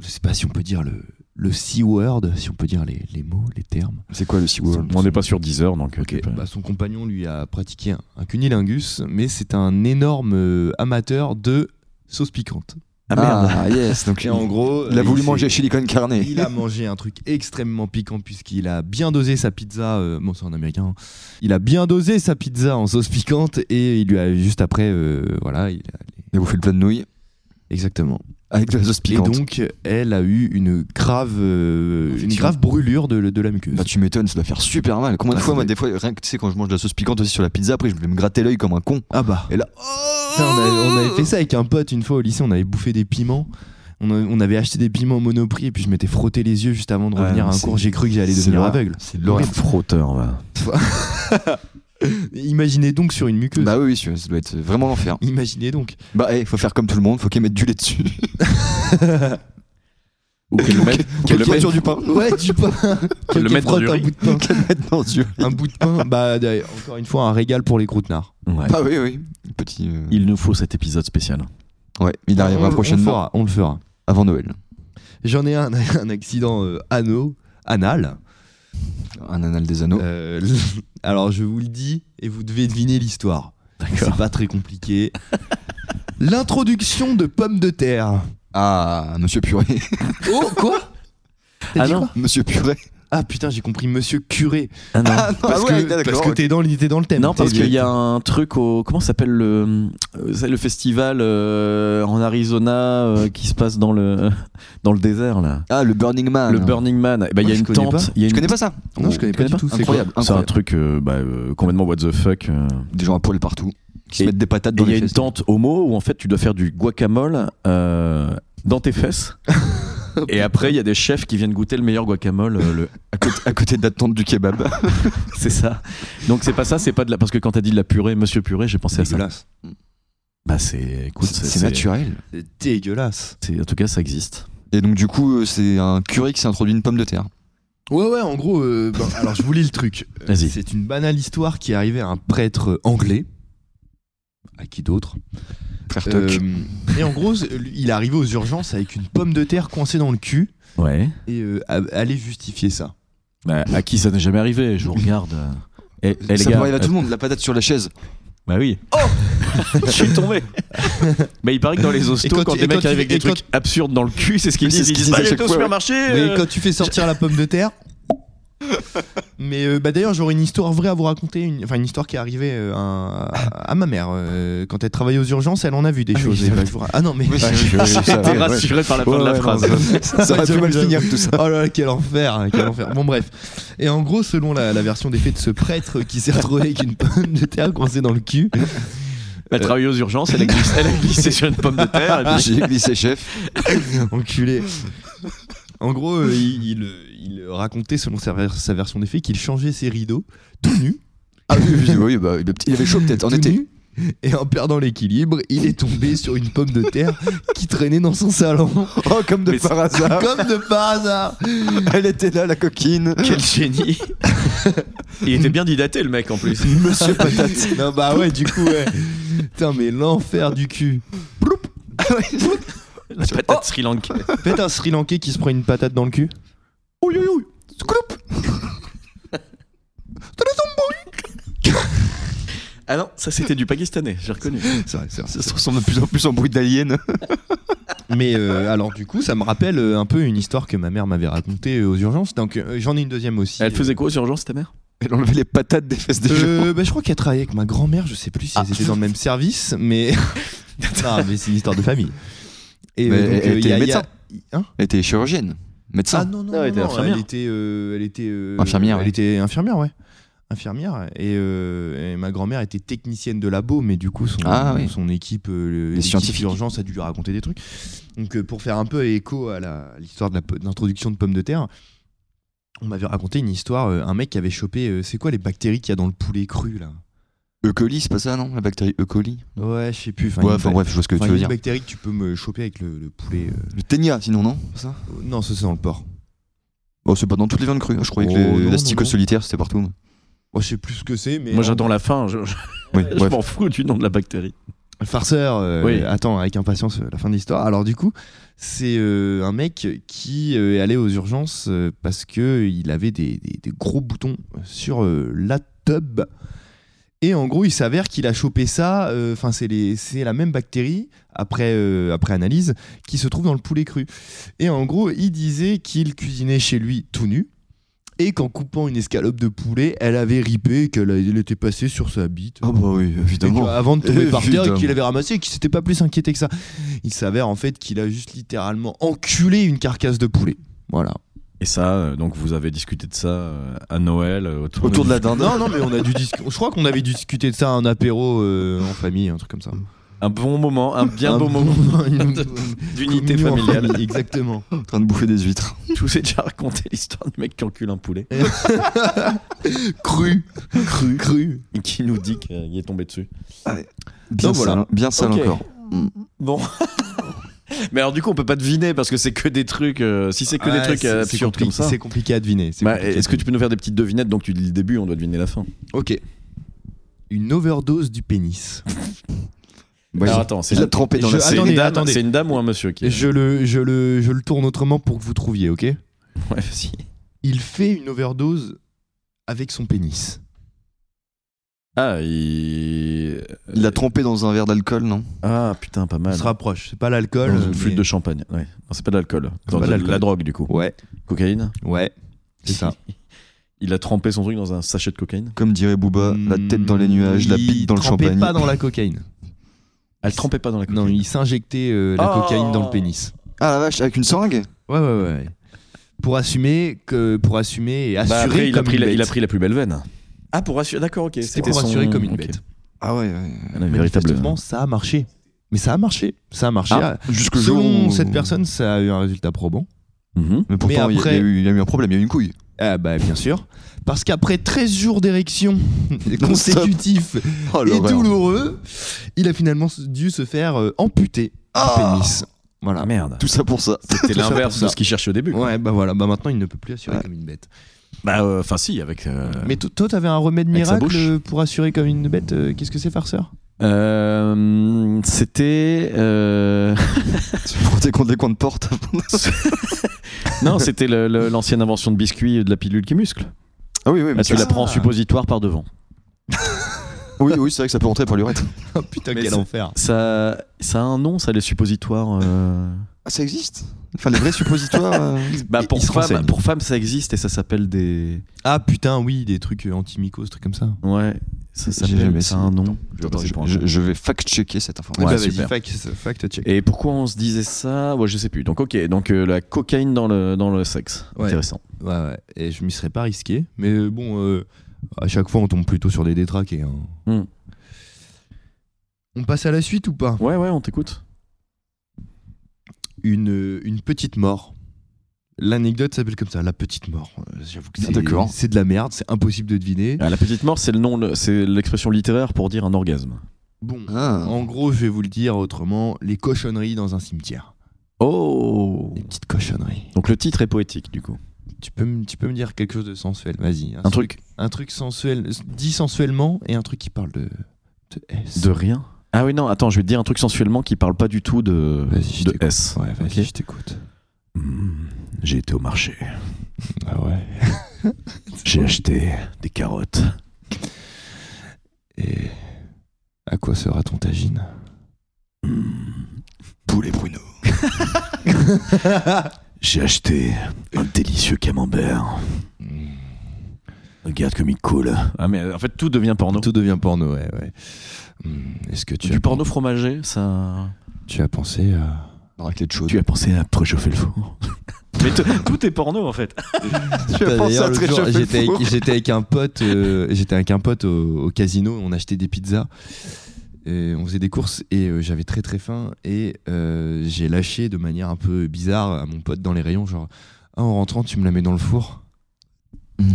[SPEAKER 6] je sais pas si on peut dire le le c word, si on peut dire les, les mots, les termes.
[SPEAKER 5] C'est quoi le SeaWorld
[SPEAKER 4] On n'est pas sur 10 heures, donc. euh, tu peux-
[SPEAKER 6] Bah, son compagnon lui a pratiqué un, un cunilingus, mais c'est un énorme euh, amateur de sauce piquante.
[SPEAKER 4] Ah merde.
[SPEAKER 5] Ah, yes. Donc,
[SPEAKER 6] Et en gros,
[SPEAKER 5] il a
[SPEAKER 6] euh,
[SPEAKER 5] voulu
[SPEAKER 6] s'est-
[SPEAKER 5] manger chili con carne.
[SPEAKER 6] Il a mangé un truc extrêmement piquant puisqu'il a bien dosé sa pizza. euh, bon, c'est en américain. hein. Il a bien dosé sa pizza en sauce piquante et il lui a juste après, euh, voilà, il a-
[SPEAKER 5] Il a bouffé le plat de nouilles
[SPEAKER 6] exactement.
[SPEAKER 5] avec de la sauce piquante.
[SPEAKER 6] Et donc, elle a eu une grave, euh, une
[SPEAKER 5] Infection.
[SPEAKER 6] grave brûlure de, de la muqueuse.
[SPEAKER 5] Bah tu m'étonnes, ça doit faire super mal. Combien de
[SPEAKER 6] Ah,
[SPEAKER 5] fois, moi,
[SPEAKER 6] c'est-
[SPEAKER 5] des fois, rien que tu sais, quand je mange de la sauce piquante aussi sur la pizza, après, je vais me gratter l'œil comme un con.
[SPEAKER 6] ah bah.
[SPEAKER 5] Et là,
[SPEAKER 6] Putain, on, avait, on avait fait ça avec un pote une fois au lycée, on avait bouffé des piments. On, a- on avait acheté des piments au Monoprix et puis je m'étais frotté les yeux juste avant de
[SPEAKER 5] Ouais,
[SPEAKER 6] revenir
[SPEAKER 5] non,
[SPEAKER 6] à un
[SPEAKER 5] c'est-
[SPEAKER 6] cours. J'ai cru que j'allais
[SPEAKER 5] c'est
[SPEAKER 6] devenir
[SPEAKER 5] loin.
[SPEAKER 6] aveugle.
[SPEAKER 5] c'est de
[SPEAKER 4] L'oreille
[SPEAKER 5] l'horreur.
[SPEAKER 4] frotteur, là.
[SPEAKER 6] Imaginez donc sur une muqueuse.
[SPEAKER 5] Bah oui, oui, ça doit être vraiment l'enfer.
[SPEAKER 6] Imaginez donc.
[SPEAKER 5] Bah, il faut faire comme tout le monde, faut qu'il mette du lait dessus.
[SPEAKER 4] Ou qu'il le mette, qu'il le
[SPEAKER 5] Quelle
[SPEAKER 4] mette-
[SPEAKER 5] sur du pain
[SPEAKER 6] Ouais, du pain.
[SPEAKER 4] Faut le
[SPEAKER 6] Quelqu'un
[SPEAKER 4] mettre dans du
[SPEAKER 6] frotte un
[SPEAKER 4] riz.
[SPEAKER 6] bout de pain.
[SPEAKER 5] Non, Dieu.
[SPEAKER 6] un bout de pain. Bah, d'ailleurs, encore une fois, un régal pour les croûtenards.
[SPEAKER 4] Ouais.
[SPEAKER 5] Bah oui, oui. Petit. euh,
[SPEAKER 4] Il nous faut cet épisode spécial.
[SPEAKER 5] Ouais, il
[SPEAKER 6] on,
[SPEAKER 5] arrivera
[SPEAKER 6] on le
[SPEAKER 5] prochainement
[SPEAKER 6] fera, on le fera.
[SPEAKER 5] avant Noël.
[SPEAKER 6] J'en ai un, un accident euh, ano- anal.
[SPEAKER 5] Un anal des
[SPEAKER 4] Oh.
[SPEAKER 5] anneaux.
[SPEAKER 6] Euh, alors, je vous le dis et vous devez deviner l'histoire. C'est pas très compliqué. L'introduction de pommes de terre.
[SPEAKER 5] Ah, monsieur Purée.
[SPEAKER 6] Oh, quoi
[SPEAKER 4] Ah
[SPEAKER 6] dit
[SPEAKER 4] non.
[SPEAKER 6] quoi
[SPEAKER 5] monsieur Purée.
[SPEAKER 6] Ah putain, j'ai compris monsieur curé.
[SPEAKER 4] Ah non.
[SPEAKER 5] Ah, non,
[SPEAKER 6] Parce
[SPEAKER 5] ah ouais,
[SPEAKER 6] que,
[SPEAKER 5] d'accord,
[SPEAKER 6] parce que
[SPEAKER 5] ok.
[SPEAKER 6] t'es dans, le- t'es dans le thème.
[SPEAKER 4] Non, parce
[SPEAKER 6] T'es-
[SPEAKER 4] qu'il y a un truc au. Comment ça s'appelle le, euh, c'est le festival euh, en Arizona euh, qui se passe dans le, dans le désert, là
[SPEAKER 5] Ah, le Burning Man.
[SPEAKER 4] Le Burning Man. Eh ben, Il
[SPEAKER 6] Ouais,
[SPEAKER 4] y a
[SPEAKER 6] je
[SPEAKER 4] une
[SPEAKER 6] connais
[SPEAKER 4] tente. il y a
[SPEAKER 5] Tu
[SPEAKER 4] une-
[SPEAKER 5] connais pas ça
[SPEAKER 6] Non, je connais
[SPEAKER 4] Tu
[SPEAKER 6] pas du tout. C'est quoi
[SPEAKER 5] Incroyable,
[SPEAKER 4] C'est un
[SPEAKER 5] incroyable.
[SPEAKER 4] truc euh, bah, euh, complètement what the fuck. euh.
[SPEAKER 5] Des gens à poil partout qui se
[SPEAKER 4] Et-
[SPEAKER 5] mettent des patates
[SPEAKER 4] Et
[SPEAKER 5] dans
[SPEAKER 4] il y
[SPEAKER 5] les
[SPEAKER 4] a une
[SPEAKER 5] fesses.
[SPEAKER 4] tente homo où en fait tu dois faire du guacamole euh, dans tes fesses.
[SPEAKER 5] Oh,
[SPEAKER 4] Et après, il y a des chefs qui viennent goûter le meilleur guacamole. euh, le...
[SPEAKER 5] À côté, à côté de la tente du kebab.
[SPEAKER 4] C'est ça. Donc c'est pas ça, c'est pas de la. Parce que quand t'as dit de la purée, monsieur purée, j'ai pensé à ça.
[SPEAKER 6] dégueulasse.
[SPEAKER 4] Bah c'est. Écoute,
[SPEAKER 5] C'est c'est naturel.
[SPEAKER 6] C'est dégueulasse.
[SPEAKER 4] c'est- En tout cas, ça existe.
[SPEAKER 5] Et donc, du coup, euh, c'est un curé qui s'est introduit une pomme de terre.
[SPEAKER 6] Ouais, ouais, en gros, euh, ben, alors je vous lis le truc. Euh,
[SPEAKER 4] Vas-y.
[SPEAKER 6] C'est une banale histoire qui est arrivée à un prêtre anglais. À qui d'autre
[SPEAKER 5] Frère Toc.
[SPEAKER 6] Euh, Et en gros, c'est- lui, il est arrivé aux urgences avec une pomme de terre coincée dans le cul
[SPEAKER 4] Ouais.
[SPEAKER 6] et euh, a- allait justifier ça.
[SPEAKER 4] Bah, à qui ça n'est jamais arrivé Je vous regarde. euh. Eh, eh, les
[SPEAKER 5] ça
[SPEAKER 4] gars,
[SPEAKER 5] peut arriver à tout
[SPEAKER 4] euh,
[SPEAKER 5] le monde, la patate sur la chaise.
[SPEAKER 4] Bah oui. Oh Je suis tombé. Mais il paraît que dans les hostos,
[SPEAKER 6] Et quand
[SPEAKER 4] quand,
[SPEAKER 6] tu-
[SPEAKER 4] des
[SPEAKER 6] et
[SPEAKER 4] mecs
[SPEAKER 6] quand tu-
[SPEAKER 4] arrivent avec
[SPEAKER 6] et
[SPEAKER 4] des
[SPEAKER 6] quand-
[SPEAKER 4] trucs absurdes dans le cul, c'est ce qu'ils
[SPEAKER 5] Oui, c'est
[SPEAKER 4] disent.
[SPEAKER 5] ce
[SPEAKER 4] Ils
[SPEAKER 5] qu'ils
[SPEAKER 4] disent
[SPEAKER 5] disent à
[SPEAKER 4] Bah, j'étais
[SPEAKER 5] chaque
[SPEAKER 4] au
[SPEAKER 5] fois, ouais.
[SPEAKER 4] supermarché.
[SPEAKER 6] Mais
[SPEAKER 4] euh,
[SPEAKER 6] quand tu fais sortir la pomme de terre. Mais euh, bah d'ailleurs, j'aurais une histoire vraie à vous raconter, une- enfin une, histoire qui est arrivée euh, à, à ma mère. euh, quand elle travaillait aux urgences, elle en a vu des
[SPEAKER 5] Ah oui,
[SPEAKER 6] choses.
[SPEAKER 5] j'ai
[SPEAKER 6] et bah,
[SPEAKER 5] vu.
[SPEAKER 6] je vous ra- Ah non, mais.
[SPEAKER 5] Oui,
[SPEAKER 6] Ouais.
[SPEAKER 5] j'ai- j'ai- j'ai- ça,
[SPEAKER 4] T'es
[SPEAKER 5] ouais.
[SPEAKER 4] rassuré par la fin
[SPEAKER 5] Ouais,
[SPEAKER 4] de la
[SPEAKER 5] ouais,
[SPEAKER 4] phrase.
[SPEAKER 5] non, ça- ça aurait pu mal finir tout ça.
[SPEAKER 6] Oh là là, quel enfer, quel enfer. Bon bref. Et en gros, selon la, la version des faits de ce prêtre qui s'est retrouvé avec une pomme de terre coincée dans le cul,
[SPEAKER 4] Elle travaille aux urgences, elle a glissé, elle a glissé sur une pomme de terre. et puis-
[SPEAKER 5] J'ai glissé chef.
[SPEAKER 6] enculé. En gros, euh, il, il, euh, il racontait selon sa, ver- sa version des faits qu'il changeait ses rideaux tout nu,
[SPEAKER 5] Ah oui, oui, oui, bah, il il avait chaud peut-être en
[SPEAKER 6] tout
[SPEAKER 5] été.
[SPEAKER 6] nu, et en perdant l'équilibre, il est tombé sur une pomme de terre qui traînait dans son salon,
[SPEAKER 5] Oh, comme de
[SPEAKER 4] Mais
[SPEAKER 5] par hasard.
[SPEAKER 6] comme de hein. par hasard.
[SPEAKER 5] Elle était là, la coquine.
[SPEAKER 4] Quel génie Il était bien didaté le mec en plus.
[SPEAKER 6] Monsieur Patate. non bah ouais, du coup ouais. Putain, mais l'enfer du cul.
[SPEAKER 4] La patate Sri Lanka.
[SPEAKER 6] Peut-être un Sri Lankais qui se prend une patate dans le cul.
[SPEAKER 5] Oui, oui, oui. Scoop.
[SPEAKER 4] Ah non, ça c'était du pakistanais, j'ai reconnu.
[SPEAKER 6] C'est vrai, c'est vrai.
[SPEAKER 5] Ça se ressemble de plus en plus en bruit d'alien.
[SPEAKER 6] Mais euh, alors du coup, ça me rappelle euh, un peu une histoire que ma mère m'avait racontée euh, aux urgences. Donc euh, j'en ai une deuxième aussi.
[SPEAKER 4] Elle faisait quoi aux urgences ta mère
[SPEAKER 5] Elle enlevait les patates des fesses des gens.
[SPEAKER 6] Euh, bah, je crois qu'elle travaillait avec ma grand-mère, je sais plus si
[SPEAKER 4] Ah.
[SPEAKER 6] elles étaient dans le même service, mais. non, mais c'est une histoire de famille. Et euh,
[SPEAKER 5] Mais elle
[SPEAKER 6] il
[SPEAKER 5] était
[SPEAKER 6] y a- il y a-
[SPEAKER 5] médecin.
[SPEAKER 6] Hein
[SPEAKER 5] Elle était chirurgienne, médecin.
[SPEAKER 6] non, non,
[SPEAKER 4] Ah, elle était infirmière.
[SPEAKER 6] elle était. euh, elle était euh,
[SPEAKER 5] Infirmière,
[SPEAKER 6] Elle
[SPEAKER 5] ouais.
[SPEAKER 6] était infirmière, ouais. Infirmière. Et, euh, et ma grand-mère était technicienne de labo, mais du coup, son,
[SPEAKER 5] Ah, oui.
[SPEAKER 6] son équipe, euh, l'équipe
[SPEAKER 5] scientifiques.
[SPEAKER 6] d'urgence a dû lui raconter des trucs. Donc, euh, pour faire un peu écho à la- à l'histoire de la po- de l'introduction de, pommes de terre, on m'avait raconté une histoire, euh, un mec qui avait chopé. euh, c'est quoi les bactéries qu'il y a dans le poulet cru, là
[SPEAKER 5] E. coli, c'est pas ça, non La bactérie E. coli
[SPEAKER 6] Ouais, je sais plus.
[SPEAKER 5] Ouais, enfin bref, je vois ce que
[SPEAKER 6] Enfin,
[SPEAKER 5] tu
[SPEAKER 6] il y
[SPEAKER 5] veux
[SPEAKER 6] a
[SPEAKER 5] dire.
[SPEAKER 6] des bactéries que tu peux me choper avec le, le poulet. euh.
[SPEAKER 5] Le ténia, sinon, non ça
[SPEAKER 6] Non, ça c'est dans le porc.
[SPEAKER 5] Oh, c'est pas dans toutes les viandes crues. Je croyais
[SPEAKER 6] Oh,
[SPEAKER 5] que
[SPEAKER 6] non, non,
[SPEAKER 5] les- l'asticot
[SPEAKER 6] non.
[SPEAKER 5] solitaire, c'était partout.
[SPEAKER 6] Moi, Oh, je sais plus ce que c'est, mais.
[SPEAKER 4] Moi j'attends la fin, je, je-
[SPEAKER 5] Oui,
[SPEAKER 4] je
[SPEAKER 5] bref.
[SPEAKER 4] m'en fous du nom de la bactérie.
[SPEAKER 6] Farceur, euh,
[SPEAKER 4] Oui.
[SPEAKER 6] attends avec impatience euh, la fin de l'histoire. Alors du coup, c'est euh, un mec qui euh, est allé aux urgences euh, parce que il avait des, des- des gros boutons sur euh, la tub Et en gros, il s'avère qu'il a chopé ça, euh, enfin, c'est les- c'est la même bactérie, après, euh, après analyse, qui se trouve dans le poulet cru. Et en gros, il disait qu'il cuisinait chez lui tout nu, et qu'en coupant une escalope de poulet, elle avait ripé, et qu'elle a- elle était passée sur sa bite.
[SPEAKER 5] Ah bah oui,
[SPEAKER 6] Et que
[SPEAKER 5] évidemment.
[SPEAKER 6] avant de tomber par terre et
[SPEAKER 5] Évidemment.
[SPEAKER 6] qu'il avait ramassé et qu'il s'était pas plus inquiété que ça. Il s'avère en fait qu'il a juste littéralement enculé une carcasse de poulet. Voilà.
[SPEAKER 4] Et ça, euh, donc vous avez discuté de ça euh, à Noël euh, autour,
[SPEAKER 5] Autour de la dinde.
[SPEAKER 6] Non, non, mais on a dû discuter. Je crois qu'on avait dû discuter de ça à un apéro euh, en famille, un truc comme ça.
[SPEAKER 4] un bon moment, un bien
[SPEAKER 6] Un
[SPEAKER 4] beau moment
[SPEAKER 6] une-
[SPEAKER 4] d'unité
[SPEAKER 6] communion en
[SPEAKER 4] familiale.
[SPEAKER 6] famille, Exactement.
[SPEAKER 5] En train de bouffer des huîtres.
[SPEAKER 4] Je vous ai déjà raconté l'histoire du mec qui encule un poulet
[SPEAKER 6] Cru. Cru. Cru.
[SPEAKER 4] et qui nous dit qu'il est tombé dessus.
[SPEAKER 5] Bien
[SPEAKER 6] Donc voilà.
[SPEAKER 5] sale, hein. bien sale
[SPEAKER 4] Ok.
[SPEAKER 5] encore.
[SPEAKER 4] Bon. Mais alors du coup, on peut pas deviner parce que c'est que des trucs. euh, si c'est que des
[SPEAKER 6] Ouais,
[SPEAKER 4] trucs
[SPEAKER 6] Ah, c'est-
[SPEAKER 4] euh,
[SPEAKER 6] c'est
[SPEAKER 4] absurdes
[SPEAKER 6] compli-
[SPEAKER 4] comme ça.
[SPEAKER 6] C'est compliqué à deviner. c'est
[SPEAKER 4] Bah,
[SPEAKER 6] compliqué à
[SPEAKER 4] Est-ce que tu peux nous faire des petites devinettes Donc tu dis le début, on doit deviner la fin.
[SPEAKER 6] deviner. Ok. Une overdose du pénis.
[SPEAKER 5] Bah,
[SPEAKER 4] Alors
[SPEAKER 5] il-
[SPEAKER 4] attends, c'est
[SPEAKER 5] il l'a ah,
[SPEAKER 4] la-
[SPEAKER 5] trempé dans
[SPEAKER 6] Je-
[SPEAKER 5] la
[SPEAKER 4] c'est
[SPEAKER 5] selle.
[SPEAKER 6] attendez,
[SPEAKER 4] une, dame-
[SPEAKER 6] attendez.
[SPEAKER 4] c'est une dame ou un monsieur qui.
[SPEAKER 6] Je le, je, le, je le tourne autrement pour que vous trouviez, ok
[SPEAKER 4] Ouais, si.
[SPEAKER 6] il fait une overdose avec son pénis.
[SPEAKER 4] Ah, il. euh,
[SPEAKER 5] Il l'a trempé dans un verre d'alcool, non
[SPEAKER 4] Ah putain, pas
[SPEAKER 6] On
[SPEAKER 4] mal.
[SPEAKER 6] se rapproche, c'est pas l'alcool. euh,
[SPEAKER 4] Dans une
[SPEAKER 6] mais-
[SPEAKER 4] flûte de champagne. Ouais. Non, Euh, c'est pas de l'alcool.
[SPEAKER 6] C'est
[SPEAKER 4] Dans
[SPEAKER 6] pas
[SPEAKER 4] de
[SPEAKER 6] de l'alcool.
[SPEAKER 4] la drogue du coup.
[SPEAKER 6] Ouais,
[SPEAKER 4] Cocaïne.
[SPEAKER 6] ouais, c'est ça.
[SPEAKER 4] Il a trempé son truc dans un sachet de cocaïne.
[SPEAKER 5] Comme dirait Booba,
[SPEAKER 6] Bah,
[SPEAKER 5] la tête dans les nuages, la
[SPEAKER 6] Hmm, Il
[SPEAKER 5] pipe dans le
[SPEAKER 6] trempait
[SPEAKER 5] champagne.
[SPEAKER 6] pas dans la cocaïne.
[SPEAKER 4] Elle trempait pas dans la cocaïne.
[SPEAKER 6] Non, il s'injectait euh, la
[SPEAKER 4] Oh.
[SPEAKER 6] cocaïne dans le pénis.
[SPEAKER 5] Ah la vache, avec une seringue
[SPEAKER 6] Ouais, ouais, ouais. Pour assumer, que, pour assumer et
[SPEAKER 4] Bah,
[SPEAKER 6] assurer
[SPEAKER 4] après, il a,
[SPEAKER 6] comme
[SPEAKER 4] pris
[SPEAKER 6] une
[SPEAKER 4] la, il a
[SPEAKER 6] bête.
[SPEAKER 4] pris la plus belle veine. Ah, pour assurer. D'accord, ok.
[SPEAKER 6] C'était pour assurer comme une
[SPEAKER 4] ok.
[SPEAKER 6] bête.
[SPEAKER 5] Ah ouais, ouais.
[SPEAKER 4] Elle a une véritable.
[SPEAKER 6] Manifestement, ça a marché. Mais ça a marché. Ça a marché.
[SPEAKER 4] Ah.
[SPEAKER 5] Jusque jour
[SPEAKER 6] Selon
[SPEAKER 5] où-
[SPEAKER 6] cette personne, ça a eu un résultat probant.
[SPEAKER 4] Mhm.
[SPEAKER 5] Mais pourtant,
[SPEAKER 6] Mais
[SPEAKER 5] il y a- il,
[SPEAKER 6] après-
[SPEAKER 5] y a eu, il y a eu un problème, il y a eu une couille.
[SPEAKER 6] Ah bah bien sûr. Parce qu'après 13 jours d'érection
[SPEAKER 5] Non,
[SPEAKER 6] consécutifs
[SPEAKER 5] Oh,
[SPEAKER 6] et
[SPEAKER 5] l'horreur.
[SPEAKER 6] douloureux, il a finalement dû se faire euh, amputer
[SPEAKER 5] Ah.
[SPEAKER 6] le pénis. Voilà.
[SPEAKER 4] Ah merde.
[SPEAKER 5] Tout ça pour ça.
[SPEAKER 4] C'était
[SPEAKER 6] tout ça
[SPEAKER 4] l'inverse
[SPEAKER 6] pour ça.
[SPEAKER 4] de ce qu'il cherchait au début.
[SPEAKER 6] Ouais, bah voilà, bah maintenant il ne peut plus assurer
[SPEAKER 5] Ouais.
[SPEAKER 6] comme une bête.
[SPEAKER 4] Bah, euh, enfin, si, avec. euh,
[SPEAKER 6] Mais to- toi, t'avais un remède
[SPEAKER 4] Avec sa
[SPEAKER 6] miracle
[SPEAKER 4] bouche.
[SPEAKER 6] euh, pour assurer comme une bête euh, Qu'est-ce que c'est, farceur
[SPEAKER 4] Euh, c'était. euh,
[SPEAKER 5] Tu frottais contre des coins de porte.
[SPEAKER 4] non, c'était le- le- l'ancienne invention de biscuit et de la pilule qui muscle.
[SPEAKER 5] ah oui, oui, mais
[SPEAKER 4] Ah, tu
[SPEAKER 5] ça-
[SPEAKER 4] la prends en suppositoire par devant.
[SPEAKER 5] oui, oui, c'est vrai que ça peut rentrer par l'urètre.
[SPEAKER 6] Oh putain,
[SPEAKER 4] Mais
[SPEAKER 6] quel
[SPEAKER 4] c'est-
[SPEAKER 6] enfer
[SPEAKER 4] Ça, ça a un nom, ça, les suppositoires. euh.
[SPEAKER 5] Ah, ça existe Enfin, les vrais suppositoires. euh,
[SPEAKER 4] Bah,
[SPEAKER 6] Ils-
[SPEAKER 4] pour
[SPEAKER 6] ils se
[SPEAKER 4] femmes,
[SPEAKER 6] renseignent.
[SPEAKER 4] pour femmes, ça existe et ça s'appelle des.
[SPEAKER 6] Ah putain, oui, des trucs euh, anti-mycoses, trucs comme ça.
[SPEAKER 4] Ouais, ça
[SPEAKER 5] J'ai jamais
[SPEAKER 4] s'appelle. Ça a
[SPEAKER 5] essayé.
[SPEAKER 4] un nom.
[SPEAKER 5] Attends,
[SPEAKER 4] passer
[SPEAKER 5] je,
[SPEAKER 4] pour un
[SPEAKER 5] je-
[SPEAKER 4] con.
[SPEAKER 5] je vais fact-checker cette
[SPEAKER 4] Ouais,
[SPEAKER 5] information.
[SPEAKER 6] bah, vas-y,
[SPEAKER 4] super.
[SPEAKER 6] fact, fact check.
[SPEAKER 4] Et pourquoi on se disait ça Ouais, je sais plus. Donc, ok, donc euh, la cocaïne dans le, dans le sexe.
[SPEAKER 6] Ouais.
[SPEAKER 4] Intéressant.
[SPEAKER 6] Ouais, ouais, et je m'y serais pas risqué. Mais euh, bon, euh, à chaque fois, on tombe plutôt sur des détraqués. hein.
[SPEAKER 4] Hmm.
[SPEAKER 6] On passe à la suite ou pas
[SPEAKER 4] Ouais, ouais, on t'écoute.
[SPEAKER 6] une, euh, une petite mort. L'anecdote s'appelle comme ça, la petite mort. Euh, J'avoue que c'est,
[SPEAKER 5] D'accord.
[SPEAKER 6] c'est de la merde, c'est impossible de deviner.
[SPEAKER 4] Ah, la petite mort, c'est le nom, le- c'est l'expression littéraire pour dire un orgasme.
[SPEAKER 6] Bon,
[SPEAKER 5] Ah.
[SPEAKER 6] en gros, je vais vous le dire autrement, les cochonneries dans un cimetière.
[SPEAKER 4] Oh
[SPEAKER 6] Les petites cochonneries.
[SPEAKER 4] Donc le titre est poétique, du coup.
[SPEAKER 6] Tu peux, me- tu peux me dire quelque chose de sensuel, vas-y.
[SPEAKER 4] Un truc
[SPEAKER 6] Un truc sensuel, dit sensuellement et un truc qui parle de, de S.
[SPEAKER 4] de rien. Ah oui, non, attends, je vais te dire un truc sensuellement qui parle pas du tout de,
[SPEAKER 6] Vas-y, je
[SPEAKER 4] de
[SPEAKER 6] t'écoute.
[SPEAKER 4] S.
[SPEAKER 6] Ouais, vas-y,
[SPEAKER 4] Ok.
[SPEAKER 6] je t'écoute.
[SPEAKER 4] Mmh, J'ai été au marché.
[SPEAKER 6] Ah ouais.
[SPEAKER 4] J'ai acheté des carottes.
[SPEAKER 6] Et à quoi sera ton tagine
[SPEAKER 5] Poulet Bruno.
[SPEAKER 4] J'ai acheté un délicieux camembert. Regarde comme il coule. Ah, mais en fait, tout devient porno.
[SPEAKER 6] Tout devient porno, ouais, ouais. Hmm, Est-ce que tu
[SPEAKER 4] Du
[SPEAKER 6] as,
[SPEAKER 4] porno fromager, ça.
[SPEAKER 6] tu as pensé à...
[SPEAKER 5] Dans la clé de chaude.
[SPEAKER 4] Tu as pensé à préchauffer le four Mais t- tout est porno en fait.
[SPEAKER 5] Tu as
[SPEAKER 6] Putain,
[SPEAKER 5] pensé
[SPEAKER 6] D'ailleurs,
[SPEAKER 5] à
[SPEAKER 6] l'autre
[SPEAKER 5] te
[SPEAKER 6] jour,
[SPEAKER 5] réchauffer le
[SPEAKER 6] j'étais
[SPEAKER 5] four
[SPEAKER 6] avec, j'étais avec un pote, euh, j'étais avec un pote au, au casino. On achetait des pizzas, et on faisait des courses et euh, j'avais très très faim et euh, j'ai lâché de manière un peu bizarre à mon pote dans les rayons, genre Ah, en rentrant tu me la mets dans le four.
[SPEAKER 5] Hmm.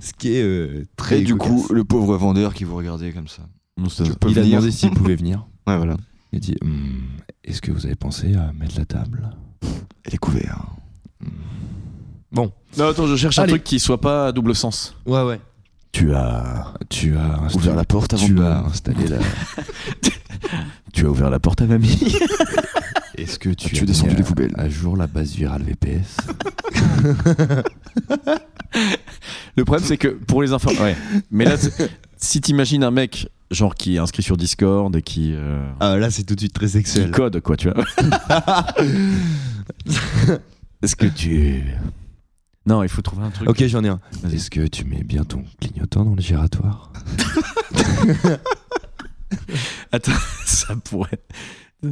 [SPEAKER 6] Ce qui est euh, très.
[SPEAKER 5] Et du
[SPEAKER 6] cocasse.
[SPEAKER 5] coup, le pauvre vendeur qui vous regardait comme ça. Tu peux
[SPEAKER 6] il a
[SPEAKER 5] venir.
[SPEAKER 6] demandé s'il pouvait venir.
[SPEAKER 5] Ouais, voilà.
[SPEAKER 6] Il a dit Hum, Est-ce que vous avez pensé à mettre la table
[SPEAKER 5] Elle est couverte.
[SPEAKER 6] Bon,
[SPEAKER 4] Non, attends, je cherche un
[SPEAKER 6] Allez.
[SPEAKER 4] truc qui soit pas à double sens.
[SPEAKER 6] ouais ouais.
[SPEAKER 4] Tu as,
[SPEAKER 6] Tu as installé,
[SPEAKER 5] Ouvert la porte avant
[SPEAKER 6] tu
[SPEAKER 5] de-
[SPEAKER 6] as installé la.
[SPEAKER 4] tu as ouvert la porte à mamie.
[SPEAKER 6] Est-ce que tu,
[SPEAKER 5] Tu
[SPEAKER 6] as
[SPEAKER 5] es descendu
[SPEAKER 6] mis à-
[SPEAKER 5] des poubelles.
[SPEAKER 6] À jour la base virale VPS.
[SPEAKER 4] Le problème, c'est que pour les enfants, ouais. Mais là, c'est- si t'imagines un mec genre qui est inscrit sur Discord et qui, euh,
[SPEAKER 6] Ah, là, c'est tout de suite très
[SPEAKER 4] qui
[SPEAKER 6] sexuel.
[SPEAKER 4] code quoi, tu vois. Est-ce que tu Non, il faut trouver un truc.
[SPEAKER 6] Ok, j'en ai un.
[SPEAKER 4] Vas-y.
[SPEAKER 6] Est-ce que tu mets bien ton clignotant dans le giratoire
[SPEAKER 4] Attends, ça pourrait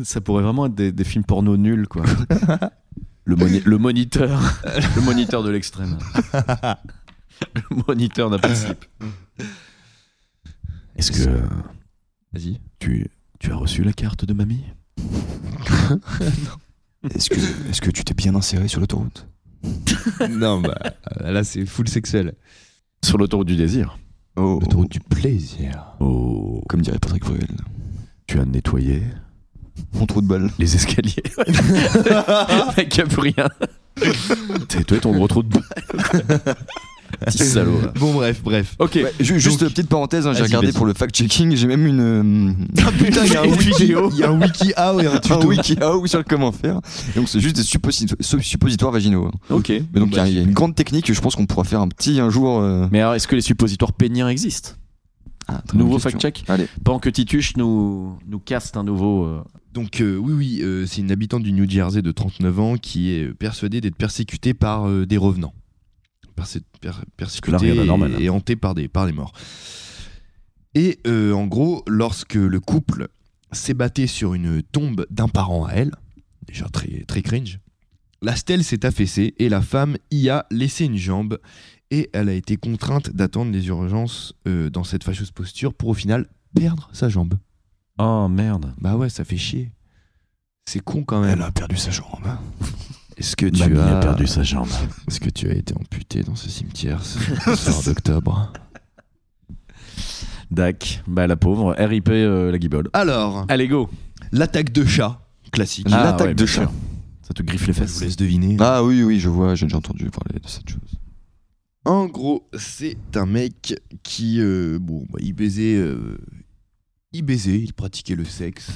[SPEAKER 4] ça pourrait vraiment être des, des films porno nuls quoi. Le, moni- le moniteur, le moniteur de l'extrême. Le moniteur n'a pas de slip. Est-ce que
[SPEAKER 6] Vas-y.
[SPEAKER 4] tu, tu as reçu la carte de mamie
[SPEAKER 5] Est-ce que, est-ce que tu t'es bien inséré sur l'autoroute
[SPEAKER 6] non, bah là, c'est full sexuel.
[SPEAKER 4] Sur l'autoroute du désir.
[SPEAKER 5] Oh,
[SPEAKER 6] L'autoroute du plaisir.
[SPEAKER 4] Oh,
[SPEAKER 5] comme dirait Patrick Bruel.
[SPEAKER 4] tu as nettoyé
[SPEAKER 5] Mon trou de balle.
[SPEAKER 4] les escaliers. Le Mec, a plus rien. T'es toi ton gros trou de balle. Petit salaud. là.
[SPEAKER 6] Bon, bref, bref.
[SPEAKER 4] Ok.
[SPEAKER 5] Ouais, ju- juste petite parenthèse, hein, j'ai
[SPEAKER 6] Vas-y,
[SPEAKER 5] regardé
[SPEAKER 6] vas-y.
[SPEAKER 5] pour le fact-checking, j'ai même une. euh,
[SPEAKER 6] Ah putain, il y a un
[SPEAKER 5] Une
[SPEAKER 6] wiki,
[SPEAKER 5] vidéo.
[SPEAKER 6] il y a un wiki how et un
[SPEAKER 5] un
[SPEAKER 6] tuto.
[SPEAKER 5] wiki-how sur comment faire. Et Donc c'est juste des supposi- sup- suppositoires vaginaux. hein.
[SPEAKER 4] Ok.
[SPEAKER 5] Mais donc il y a- il y, a une grande technique, je pense qu'on pourra faire un petit un jour. euh,
[SPEAKER 4] Mais alors, est-ce que les suppositoires péniens existent
[SPEAKER 5] ah, très bonne
[SPEAKER 4] Nouveau
[SPEAKER 5] question.
[SPEAKER 4] fact-check
[SPEAKER 5] Allez.
[SPEAKER 4] Pendant que Tituche nous, nous caste un nouveau. euh,
[SPEAKER 6] Donc euh, oui, oui, euh, c'est une habitante du New Jersey de 39 ans qui est persuadée d'être persécutée par euh, des revenants. Persé- per-
[SPEAKER 4] là, rien hein.
[SPEAKER 6] persécutée
[SPEAKER 4] d'anormal.
[SPEAKER 6] et, et hantée par des, par des morts. Et euh, en gros, lorsque le couple s'ébattait sur une tombe d'un parent à elle, déjà très, très cringe, la stèle s'est affaissée et la femme y a laissé une jambe et elle a été contrainte d'attendre les urgences euh, dans cette fâcheuse posture pour au final perdre sa jambe.
[SPEAKER 4] Oh merde.
[SPEAKER 6] Bah ouais, ça fait chier. C'est con quand même.
[SPEAKER 5] a perdu sa jambe.
[SPEAKER 6] Est-ce que
[SPEAKER 4] Mamie a perdu sa jambe.
[SPEAKER 6] Est-ce que tu as été amputé dans ce cimetière ce ce
[SPEAKER 5] Ah,
[SPEAKER 6] soir d'octobre
[SPEAKER 4] Dac. Bah, la pauvre. RIP euh, la guibole.
[SPEAKER 6] Alors,
[SPEAKER 4] Allez, go.
[SPEAKER 6] l'attaque de chat classique.
[SPEAKER 5] Ah, L'attaque de
[SPEAKER 4] bien
[SPEAKER 5] chat.
[SPEAKER 4] sûr. Ça te griffe les
[SPEAKER 6] Je vous
[SPEAKER 4] fesses.
[SPEAKER 6] laisse deviner.
[SPEAKER 5] Ah oui, oui, je vois, j'ai déjà entendu parler de cette chose.
[SPEAKER 6] En gros, c'est un mec qui, euh, bon, bah, il baisait, euh, il baisait, il pratiquait le sexe,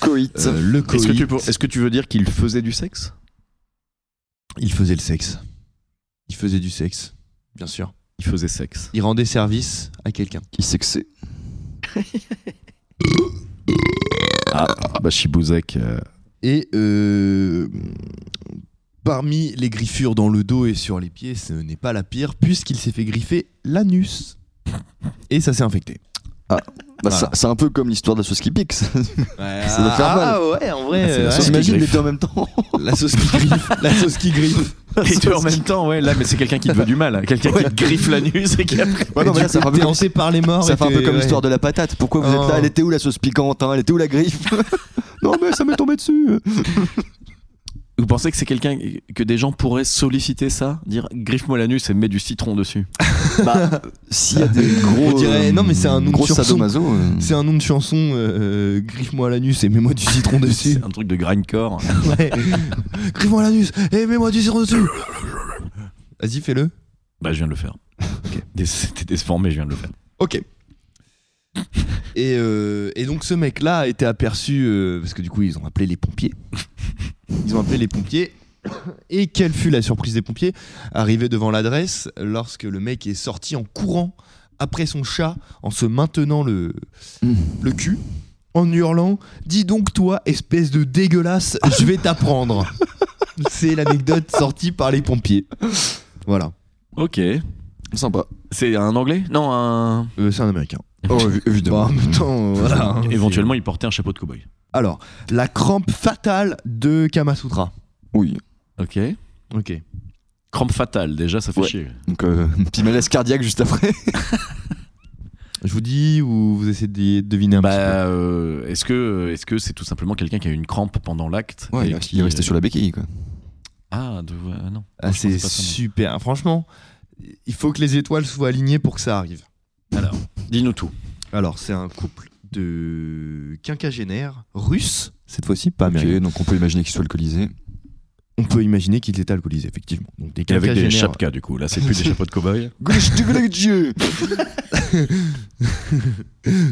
[SPEAKER 5] Coït.
[SPEAKER 6] euh, le
[SPEAKER 4] Est-ce que,
[SPEAKER 6] coït.
[SPEAKER 4] tu peux- est-ce que tu veux dire qu'il faisait du sexe
[SPEAKER 6] Il faisait le sexe. Il faisait du sexe, bien sûr.
[SPEAKER 4] Il faisait sexe.
[SPEAKER 6] Il rendait service à quelqu'un.
[SPEAKER 5] Qui sexait
[SPEAKER 4] Ah, bah, Chibouzek. euh,
[SPEAKER 6] Et euh, parmi les griffures dans le dos et sur les pieds, ce n'est pas la pire, puisqu'il s'est fait griffer l'anus. Et ça s'est infecté.
[SPEAKER 5] Bah,
[SPEAKER 6] Voilà.
[SPEAKER 5] ça- C'est un peu comme l'histoire de la sauce qui pique. ça. Ça doit faire
[SPEAKER 6] ah ouais, en vrai.
[SPEAKER 4] Ah, c'est la
[SPEAKER 6] euh,
[SPEAKER 4] sauce
[SPEAKER 6] ouais.
[SPEAKER 5] T'imagines
[SPEAKER 4] qui
[SPEAKER 5] les
[SPEAKER 4] griffe.
[SPEAKER 5] deux en même temps
[SPEAKER 6] La sauce qui griffe. la sauce qui griffe.
[SPEAKER 4] Et deux en même temps, ouais, là, mais c'est quelqu'un qui te veut du mal. hein. Quelqu'un qui te griffe l'anus et qui après.
[SPEAKER 5] Ouais, non, mais
[SPEAKER 6] Et
[SPEAKER 5] là,
[SPEAKER 6] du
[SPEAKER 5] ça
[SPEAKER 6] coup,
[SPEAKER 5] fait un peu
[SPEAKER 6] t'es
[SPEAKER 5] comme-
[SPEAKER 6] hanté par les morts.
[SPEAKER 5] Ça
[SPEAKER 6] et
[SPEAKER 5] fait un peu
[SPEAKER 6] t'es-
[SPEAKER 5] comme
[SPEAKER 6] ouais.
[SPEAKER 5] l'histoire de la patate. Pourquoi vous êtes
[SPEAKER 6] Oh.
[SPEAKER 5] là Elle était où la sauce piquante hein Elle était où la griffe Non mais ça m'est tombé dessus.
[SPEAKER 4] Vous pensez que c'est quelqu'un que des gens pourraient solliciter ça Dire griffe-moi l'anus et mets du citron dessus.
[SPEAKER 5] Bah, s'il y a des gros.
[SPEAKER 6] On dirait-
[SPEAKER 5] euh,
[SPEAKER 6] non, mais c'est un nom de
[SPEAKER 5] gros
[SPEAKER 6] surson.
[SPEAKER 5] sadomaso. euh,
[SPEAKER 6] C'est un nom de chanson. euh, euh, griffe-moi l'anus et mets-moi du citron dessus.
[SPEAKER 4] C'est un truc de grindcore.
[SPEAKER 6] Ouais. griffe-moi l'anus et mets-moi du citron dessus. Vas-y, fais-le.
[SPEAKER 4] Bah, je viens de le faire. Des- C'était déformé, je viens de le faire.
[SPEAKER 6] Ok. Et, euh, et donc ce mec-là a été aperçu, euh, parce que du coup ils ont appelé les pompiers. Ils ont appelé les pompiers. Et quelle fut la surprise des pompiers Arrivé devant l'adresse, lorsque le mec est sorti en courant après son chat, en se maintenant le,
[SPEAKER 5] Mm.
[SPEAKER 6] le cul, en hurlant « Dis donc toi, espèce de dégueulasse, je vais t'apprendre !» C'est l'anecdote sortie par les pompiers. Voilà.
[SPEAKER 4] Ok.
[SPEAKER 5] Sympa.
[SPEAKER 4] C'est un anglais Non, un.
[SPEAKER 6] Euh, C'est un Américain.
[SPEAKER 5] Oh, évidemment.
[SPEAKER 6] Bon, en même temps, voilà. hein, c'est-
[SPEAKER 4] Éventuellement, il portait un chapeau de cowboy.
[SPEAKER 6] Alors, la crampe fatale de Kamasutra.
[SPEAKER 5] Oui.
[SPEAKER 4] Ok.
[SPEAKER 6] Ok.
[SPEAKER 4] Crampe fatale, déjà, ça fait
[SPEAKER 5] Ouais.
[SPEAKER 4] chier.
[SPEAKER 5] Donc, euh, petit malaise cardiaque juste après.
[SPEAKER 6] Je vous dis ou vous essayez de deviner un
[SPEAKER 4] Bah, euh, est-ce que est-ce que c'est tout simplement quelqu'un qui a eu une crampe pendant l'acte
[SPEAKER 5] Ouais,
[SPEAKER 4] et
[SPEAKER 5] il est-
[SPEAKER 4] qui- euh,
[SPEAKER 5] il est resté sur la béquille, quoi.
[SPEAKER 4] Ah, de- ah non.
[SPEAKER 6] petit peu
[SPEAKER 4] je
[SPEAKER 6] Ah,
[SPEAKER 4] pensais
[SPEAKER 6] C'est
[SPEAKER 4] pas ça, moi.
[SPEAKER 6] super. Franchement, il faut que les étoiles soient alignées pour que ça arrive.
[SPEAKER 4] Alors, dis-nous tout.
[SPEAKER 6] Alors, c'est un couple de quinquagénaires russes, cette fois-ci, pas
[SPEAKER 5] Ok,
[SPEAKER 6] américains.
[SPEAKER 5] donc on peut imaginer qu'il soit alcoolisé.
[SPEAKER 6] On peut imaginer qu'ils étaient alcoolisés, effectivement. Donc, des
[SPEAKER 4] Et avec des
[SPEAKER 6] quinquagénaires.
[SPEAKER 4] chapkas, du coup. Là, c'est plus des chapeaux de cowboy.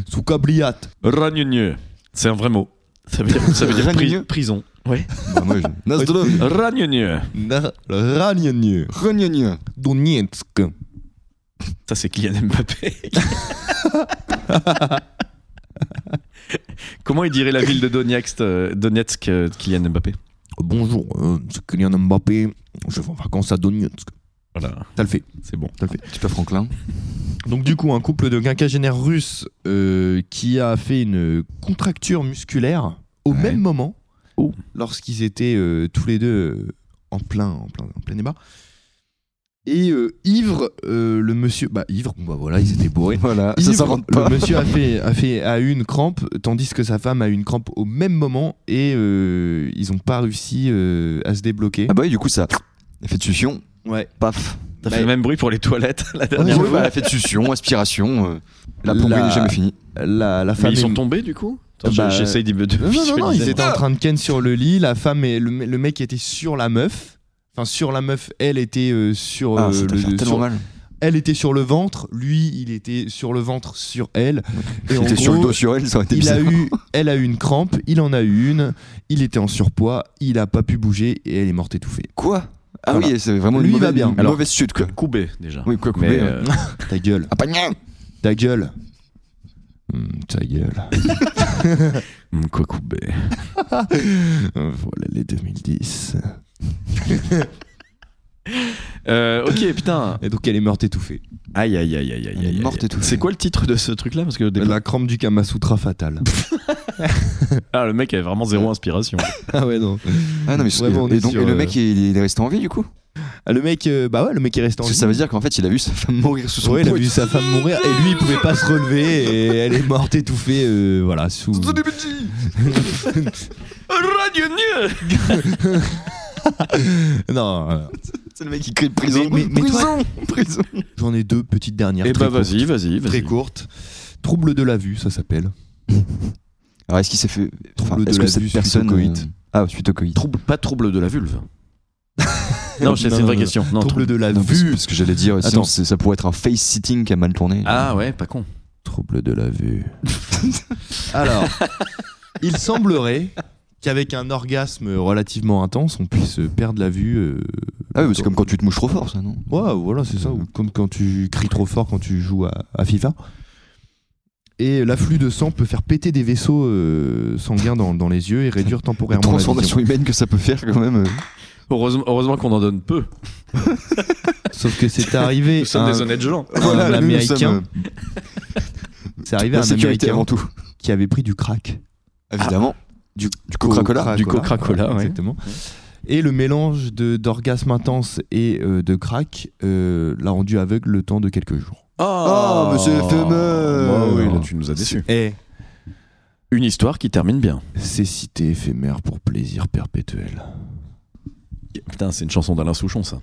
[SPEAKER 6] Sous cabriate.
[SPEAKER 4] Ragneux. C'est un vrai mot. Ça veut dire, ça veut dire pri-
[SPEAKER 5] Ragneux
[SPEAKER 4] prison. Ouais.
[SPEAKER 5] Bah, moi, je- Nazdolov.
[SPEAKER 4] Ragneux.
[SPEAKER 6] Na- Ranianier.
[SPEAKER 5] Rognognon.
[SPEAKER 6] Donetsk.
[SPEAKER 4] Ça, c'est Kylian Mbappé. Comment il dirait la ville de Donetsk, euh, Donetsk euh, Kylian Mbappé
[SPEAKER 6] Bonjour, euh, c'est Kylian Mbappé. Je vais en vacances à Donetsk.
[SPEAKER 4] Voilà,
[SPEAKER 6] Ça le fait.
[SPEAKER 4] c'est bon.
[SPEAKER 5] Tu peux Franklin
[SPEAKER 6] Donc du coup, un couple de quinquagénaires russes euh, qui a fait une contracture musculaire au
[SPEAKER 5] Ouais.
[SPEAKER 6] même moment,
[SPEAKER 4] Oh.
[SPEAKER 6] lorsqu'ils étaient euh, tous les deux euh, en plein, en plein, en plein débat. Et euh, ivre, euh, le monsieur, bah ivre, bah voilà, ils étaient bourrés.
[SPEAKER 5] Voilà,
[SPEAKER 6] Ivre,
[SPEAKER 5] ça s'invente pas.
[SPEAKER 6] Le monsieur a fait, a fait a eu une crampe, tandis que sa femme a eu une crampe au même moment et euh, ils n'ont pas réussi euh, à se débloquer.
[SPEAKER 5] Ah bah oui, du coup, ça. Effet de succion,
[SPEAKER 6] Ouais.
[SPEAKER 5] paf.
[SPEAKER 4] T'as
[SPEAKER 6] Bah,
[SPEAKER 4] fait le même bruit pour les toilettes la dernière
[SPEAKER 6] ouais,
[SPEAKER 4] fois.
[SPEAKER 5] Bah, effet de succion, aspiration. euh, la
[SPEAKER 6] Ah, La-
[SPEAKER 5] plomberie n'est jamais finie.
[SPEAKER 6] La, la
[SPEAKER 4] Mais
[SPEAKER 6] femme
[SPEAKER 4] ils
[SPEAKER 6] est-
[SPEAKER 4] sont tombés du coup Attends,
[SPEAKER 6] Bah,
[SPEAKER 4] j'ai- J'essaye d'y- de,
[SPEAKER 6] Non, non, non, non, ils
[SPEAKER 4] visualiser.
[SPEAKER 6] étaient en train de ken sur le lit. La femme et le, me- le mec était sur la meuf. Enfin, sur la meuf, elle était euh, sur,
[SPEAKER 5] Ah,
[SPEAKER 6] euh,
[SPEAKER 5] ça doit
[SPEAKER 6] le,
[SPEAKER 5] faire tellement
[SPEAKER 6] sur-
[SPEAKER 5] mal.
[SPEAKER 6] elle était sur le ventre. Lui, il était sur le ventre sur elle. Et
[SPEAKER 5] Il
[SPEAKER 6] en
[SPEAKER 5] était sur le
[SPEAKER 6] gros,
[SPEAKER 5] dos sur elle, ça aurait été
[SPEAKER 6] il a
[SPEAKER 5] bizarre.
[SPEAKER 6] eu, elle a eu une crampe. Il en a eu une. Il était en surpoids. Il a pas pu bouger et elle est morte étouffée.
[SPEAKER 5] Quoi Ah
[SPEAKER 6] Voilà.
[SPEAKER 5] oui, c'est vraiment
[SPEAKER 6] Lui,
[SPEAKER 5] une
[SPEAKER 6] il
[SPEAKER 5] mauvaise,
[SPEAKER 6] va bien.
[SPEAKER 5] une
[SPEAKER 4] Alors-
[SPEAKER 5] mauvaise chute, quoi.
[SPEAKER 4] Coubé déjà.
[SPEAKER 5] Oui, quoi,
[SPEAKER 4] Mais,
[SPEAKER 5] coubé.
[SPEAKER 4] euh,
[SPEAKER 6] Ta gueule,
[SPEAKER 5] Ah, pas gna
[SPEAKER 6] ta gueule, Hum, ta gueule.
[SPEAKER 4] hum, quoi coubé
[SPEAKER 5] Ah.
[SPEAKER 6] voilà les 2010.
[SPEAKER 4] Euh, Ok, putain.
[SPEAKER 6] Et donc elle est morte étouffée.
[SPEAKER 4] Aïe, aïe, aïe, aïe, aïe,
[SPEAKER 5] Elle est
[SPEAKER 4] aïe. aïe.
[SPEAKER 5] morte et tout.
[SPEAKER 4] C'est quoi le titre de ce truc-là Parce que au départ-
[SPEAKER 6] La crampe du Kamasutra fatale.
[SPEAKER 4] Ah, le mec avait vraiment zéro inspiration.
[SPEAKER 6] ah ouais non.
[SPEAKER 5] Ah non, mais c'est-
[SPEAKER 6] Vraiment, on est
[SPEAKER 5] et, donc,
[SPEAKER 6] sur,
[SPEAKER 5] et le
[SPEAKER 6] euh,
[SPEAKER 5] mec, il, il est resté en vie, du coup
[SPEAKER 6] Ah, le mec, euh, bah ouais, le mec est resté en
[SPEAKER 5] Parce que
[SPEAKER 6] vie.
[SPEAKER 5] Ça veut dire qu'en fait, il a vu sa femme mourir sous son
[SPEAKER 6] Ouais, il a
[SPEAKER 5] poids.
[SPEAKER 6] vu sa femme mourir et lui il pouvait pas se relever et elle est morte étouffée, euh, voilà, sous. non, euh,
[SPEAKER 5] C'est le mec qui crie prison.
[SPEAKER 6] Mais- mais- mais toi-
[SPEAKER 5] prison Prison
[SPEAKER 6] j'en ai deux petites dernières.
[SPEAKER 4] Et
[SPEAKER 5] Eh
[SPEAKER 6] très
[SPEAKER 5] ben,
[SPEAKER 4] bah
[SPEAKER 6] courtes.
[SPEAKER 4] vas-y, vas-y,
[SPEAKER 6] Très
[SPEAKER 4] vas-y.
[SPEAKER 6] courtes. Trouble de la vue, ça s'appelle.
[SPEAKER 5] Alors, est-ce qu'il s'est fait. Enfin,
[SPEAKER 6] Trouble de
[SPEAKER 5] est-ce
[SPEAKER 6] la
[SPEAKER 5] que cette
[SPEAKER 6] vue suite au
[SPEAKER 5] personne.
[SPEAKER 6] coït.
[SPEAKER 5] euh, Ah, suite au Covid.
[SPEAKER 4] Trouble, pas trouble de la vulve. non, je sais,
[SPEAKER 6] Non,
[SPEAKER 4] c'est une
[SPEAKER 6] non,
[SPEAKER 4] vraie
[SPEAKER 6] non.
[SPEAKER 4] question. Non,
[SPEAKER 6] trouble de la
[SPEAKER 5] Non, parce,
[SPEAKER 6] vue.
[SPEAKER 5] parce que j'allais dire, sinon,
[SPEAKER 6] Attends.
[SPEAKER 5] c'est- ça pourrait être un face-sitting qui a mal tourné.
[SPEAKER 4] Ah ouais, pas con.
[SPEAKER 6] Trouble de la vue. Alors, il semblerait qu'avec un orgasme relativement intense, on puisse perdre la vue. euh,
[SPEAKER 5] Ah oui, mais c'est comme quand tu te mouches trop fort, ça, non
[SPEAKER 6] Ouais, voilà, c'est ça. Ou
[SPEAKER 5] Mm.
[SPEAKER 6] comme quand tu cries trop fort quand tu joues à, à FIFA. Et l'afflux de sang peut faire péter des vaisseaux euh, sanguins dans, dans les yeux et réduire
[SPEAKER 5] La
[SPEAKER 6] temporairement la
[SPEAKER 5] transformation
[SPEAKER 6] vision.
[SPEAKER 5] humaine que ça peut faire, quand même. euh.
[SPEAKER 4] Heureusement, heureusement qu'on en donne peu.
[SPEAKER 6] Sauf que c'est arrivé
[SPEAKER 4] Nous sommes
[SPEAKER 6] à
[SPEAKER 4] des honnêtes gens.
[SPEAKER 6] un
[SPEAKER 5] Voilà, nous, nous
[SPEAKER 6] Américain.
[SPEAKER 5] sommes, euh,
[SPEAKER 6] c'est arrivé à
[SPEAKER 5] La
[SPEAKER 6] un
[SPEAKER 5] sécurité
[SPEAKER 6] américain
[SPEAKER 5] avant tout.
[SPEAKER 6] qui avait pris du crack.
[SPEAKER 5] Évidemment. Du, Ah. du Coca-Cola.
[SPEAKER 4] Du Coca-Cola, ouais.
[SPEAKER 6] exactement. Et le mélange de- d'orgasme intense et euh, de crack euh, l'a rendu aveugle le temps de quelques jours.
[SPEAKER 5] Ah, monsieur éphémère.
[SPEAKER 4] Ah oui, là, tu nous as déçus.
[SPEAKER 6] Et
[SPEAKER 4] Une histoire qui termine bien.
[SPEAKER 6] cécité éphémère pour plaisir perpétuel.
[SPEAKER 4] Putain, c'est une chanson d'Alain Souchon, ça.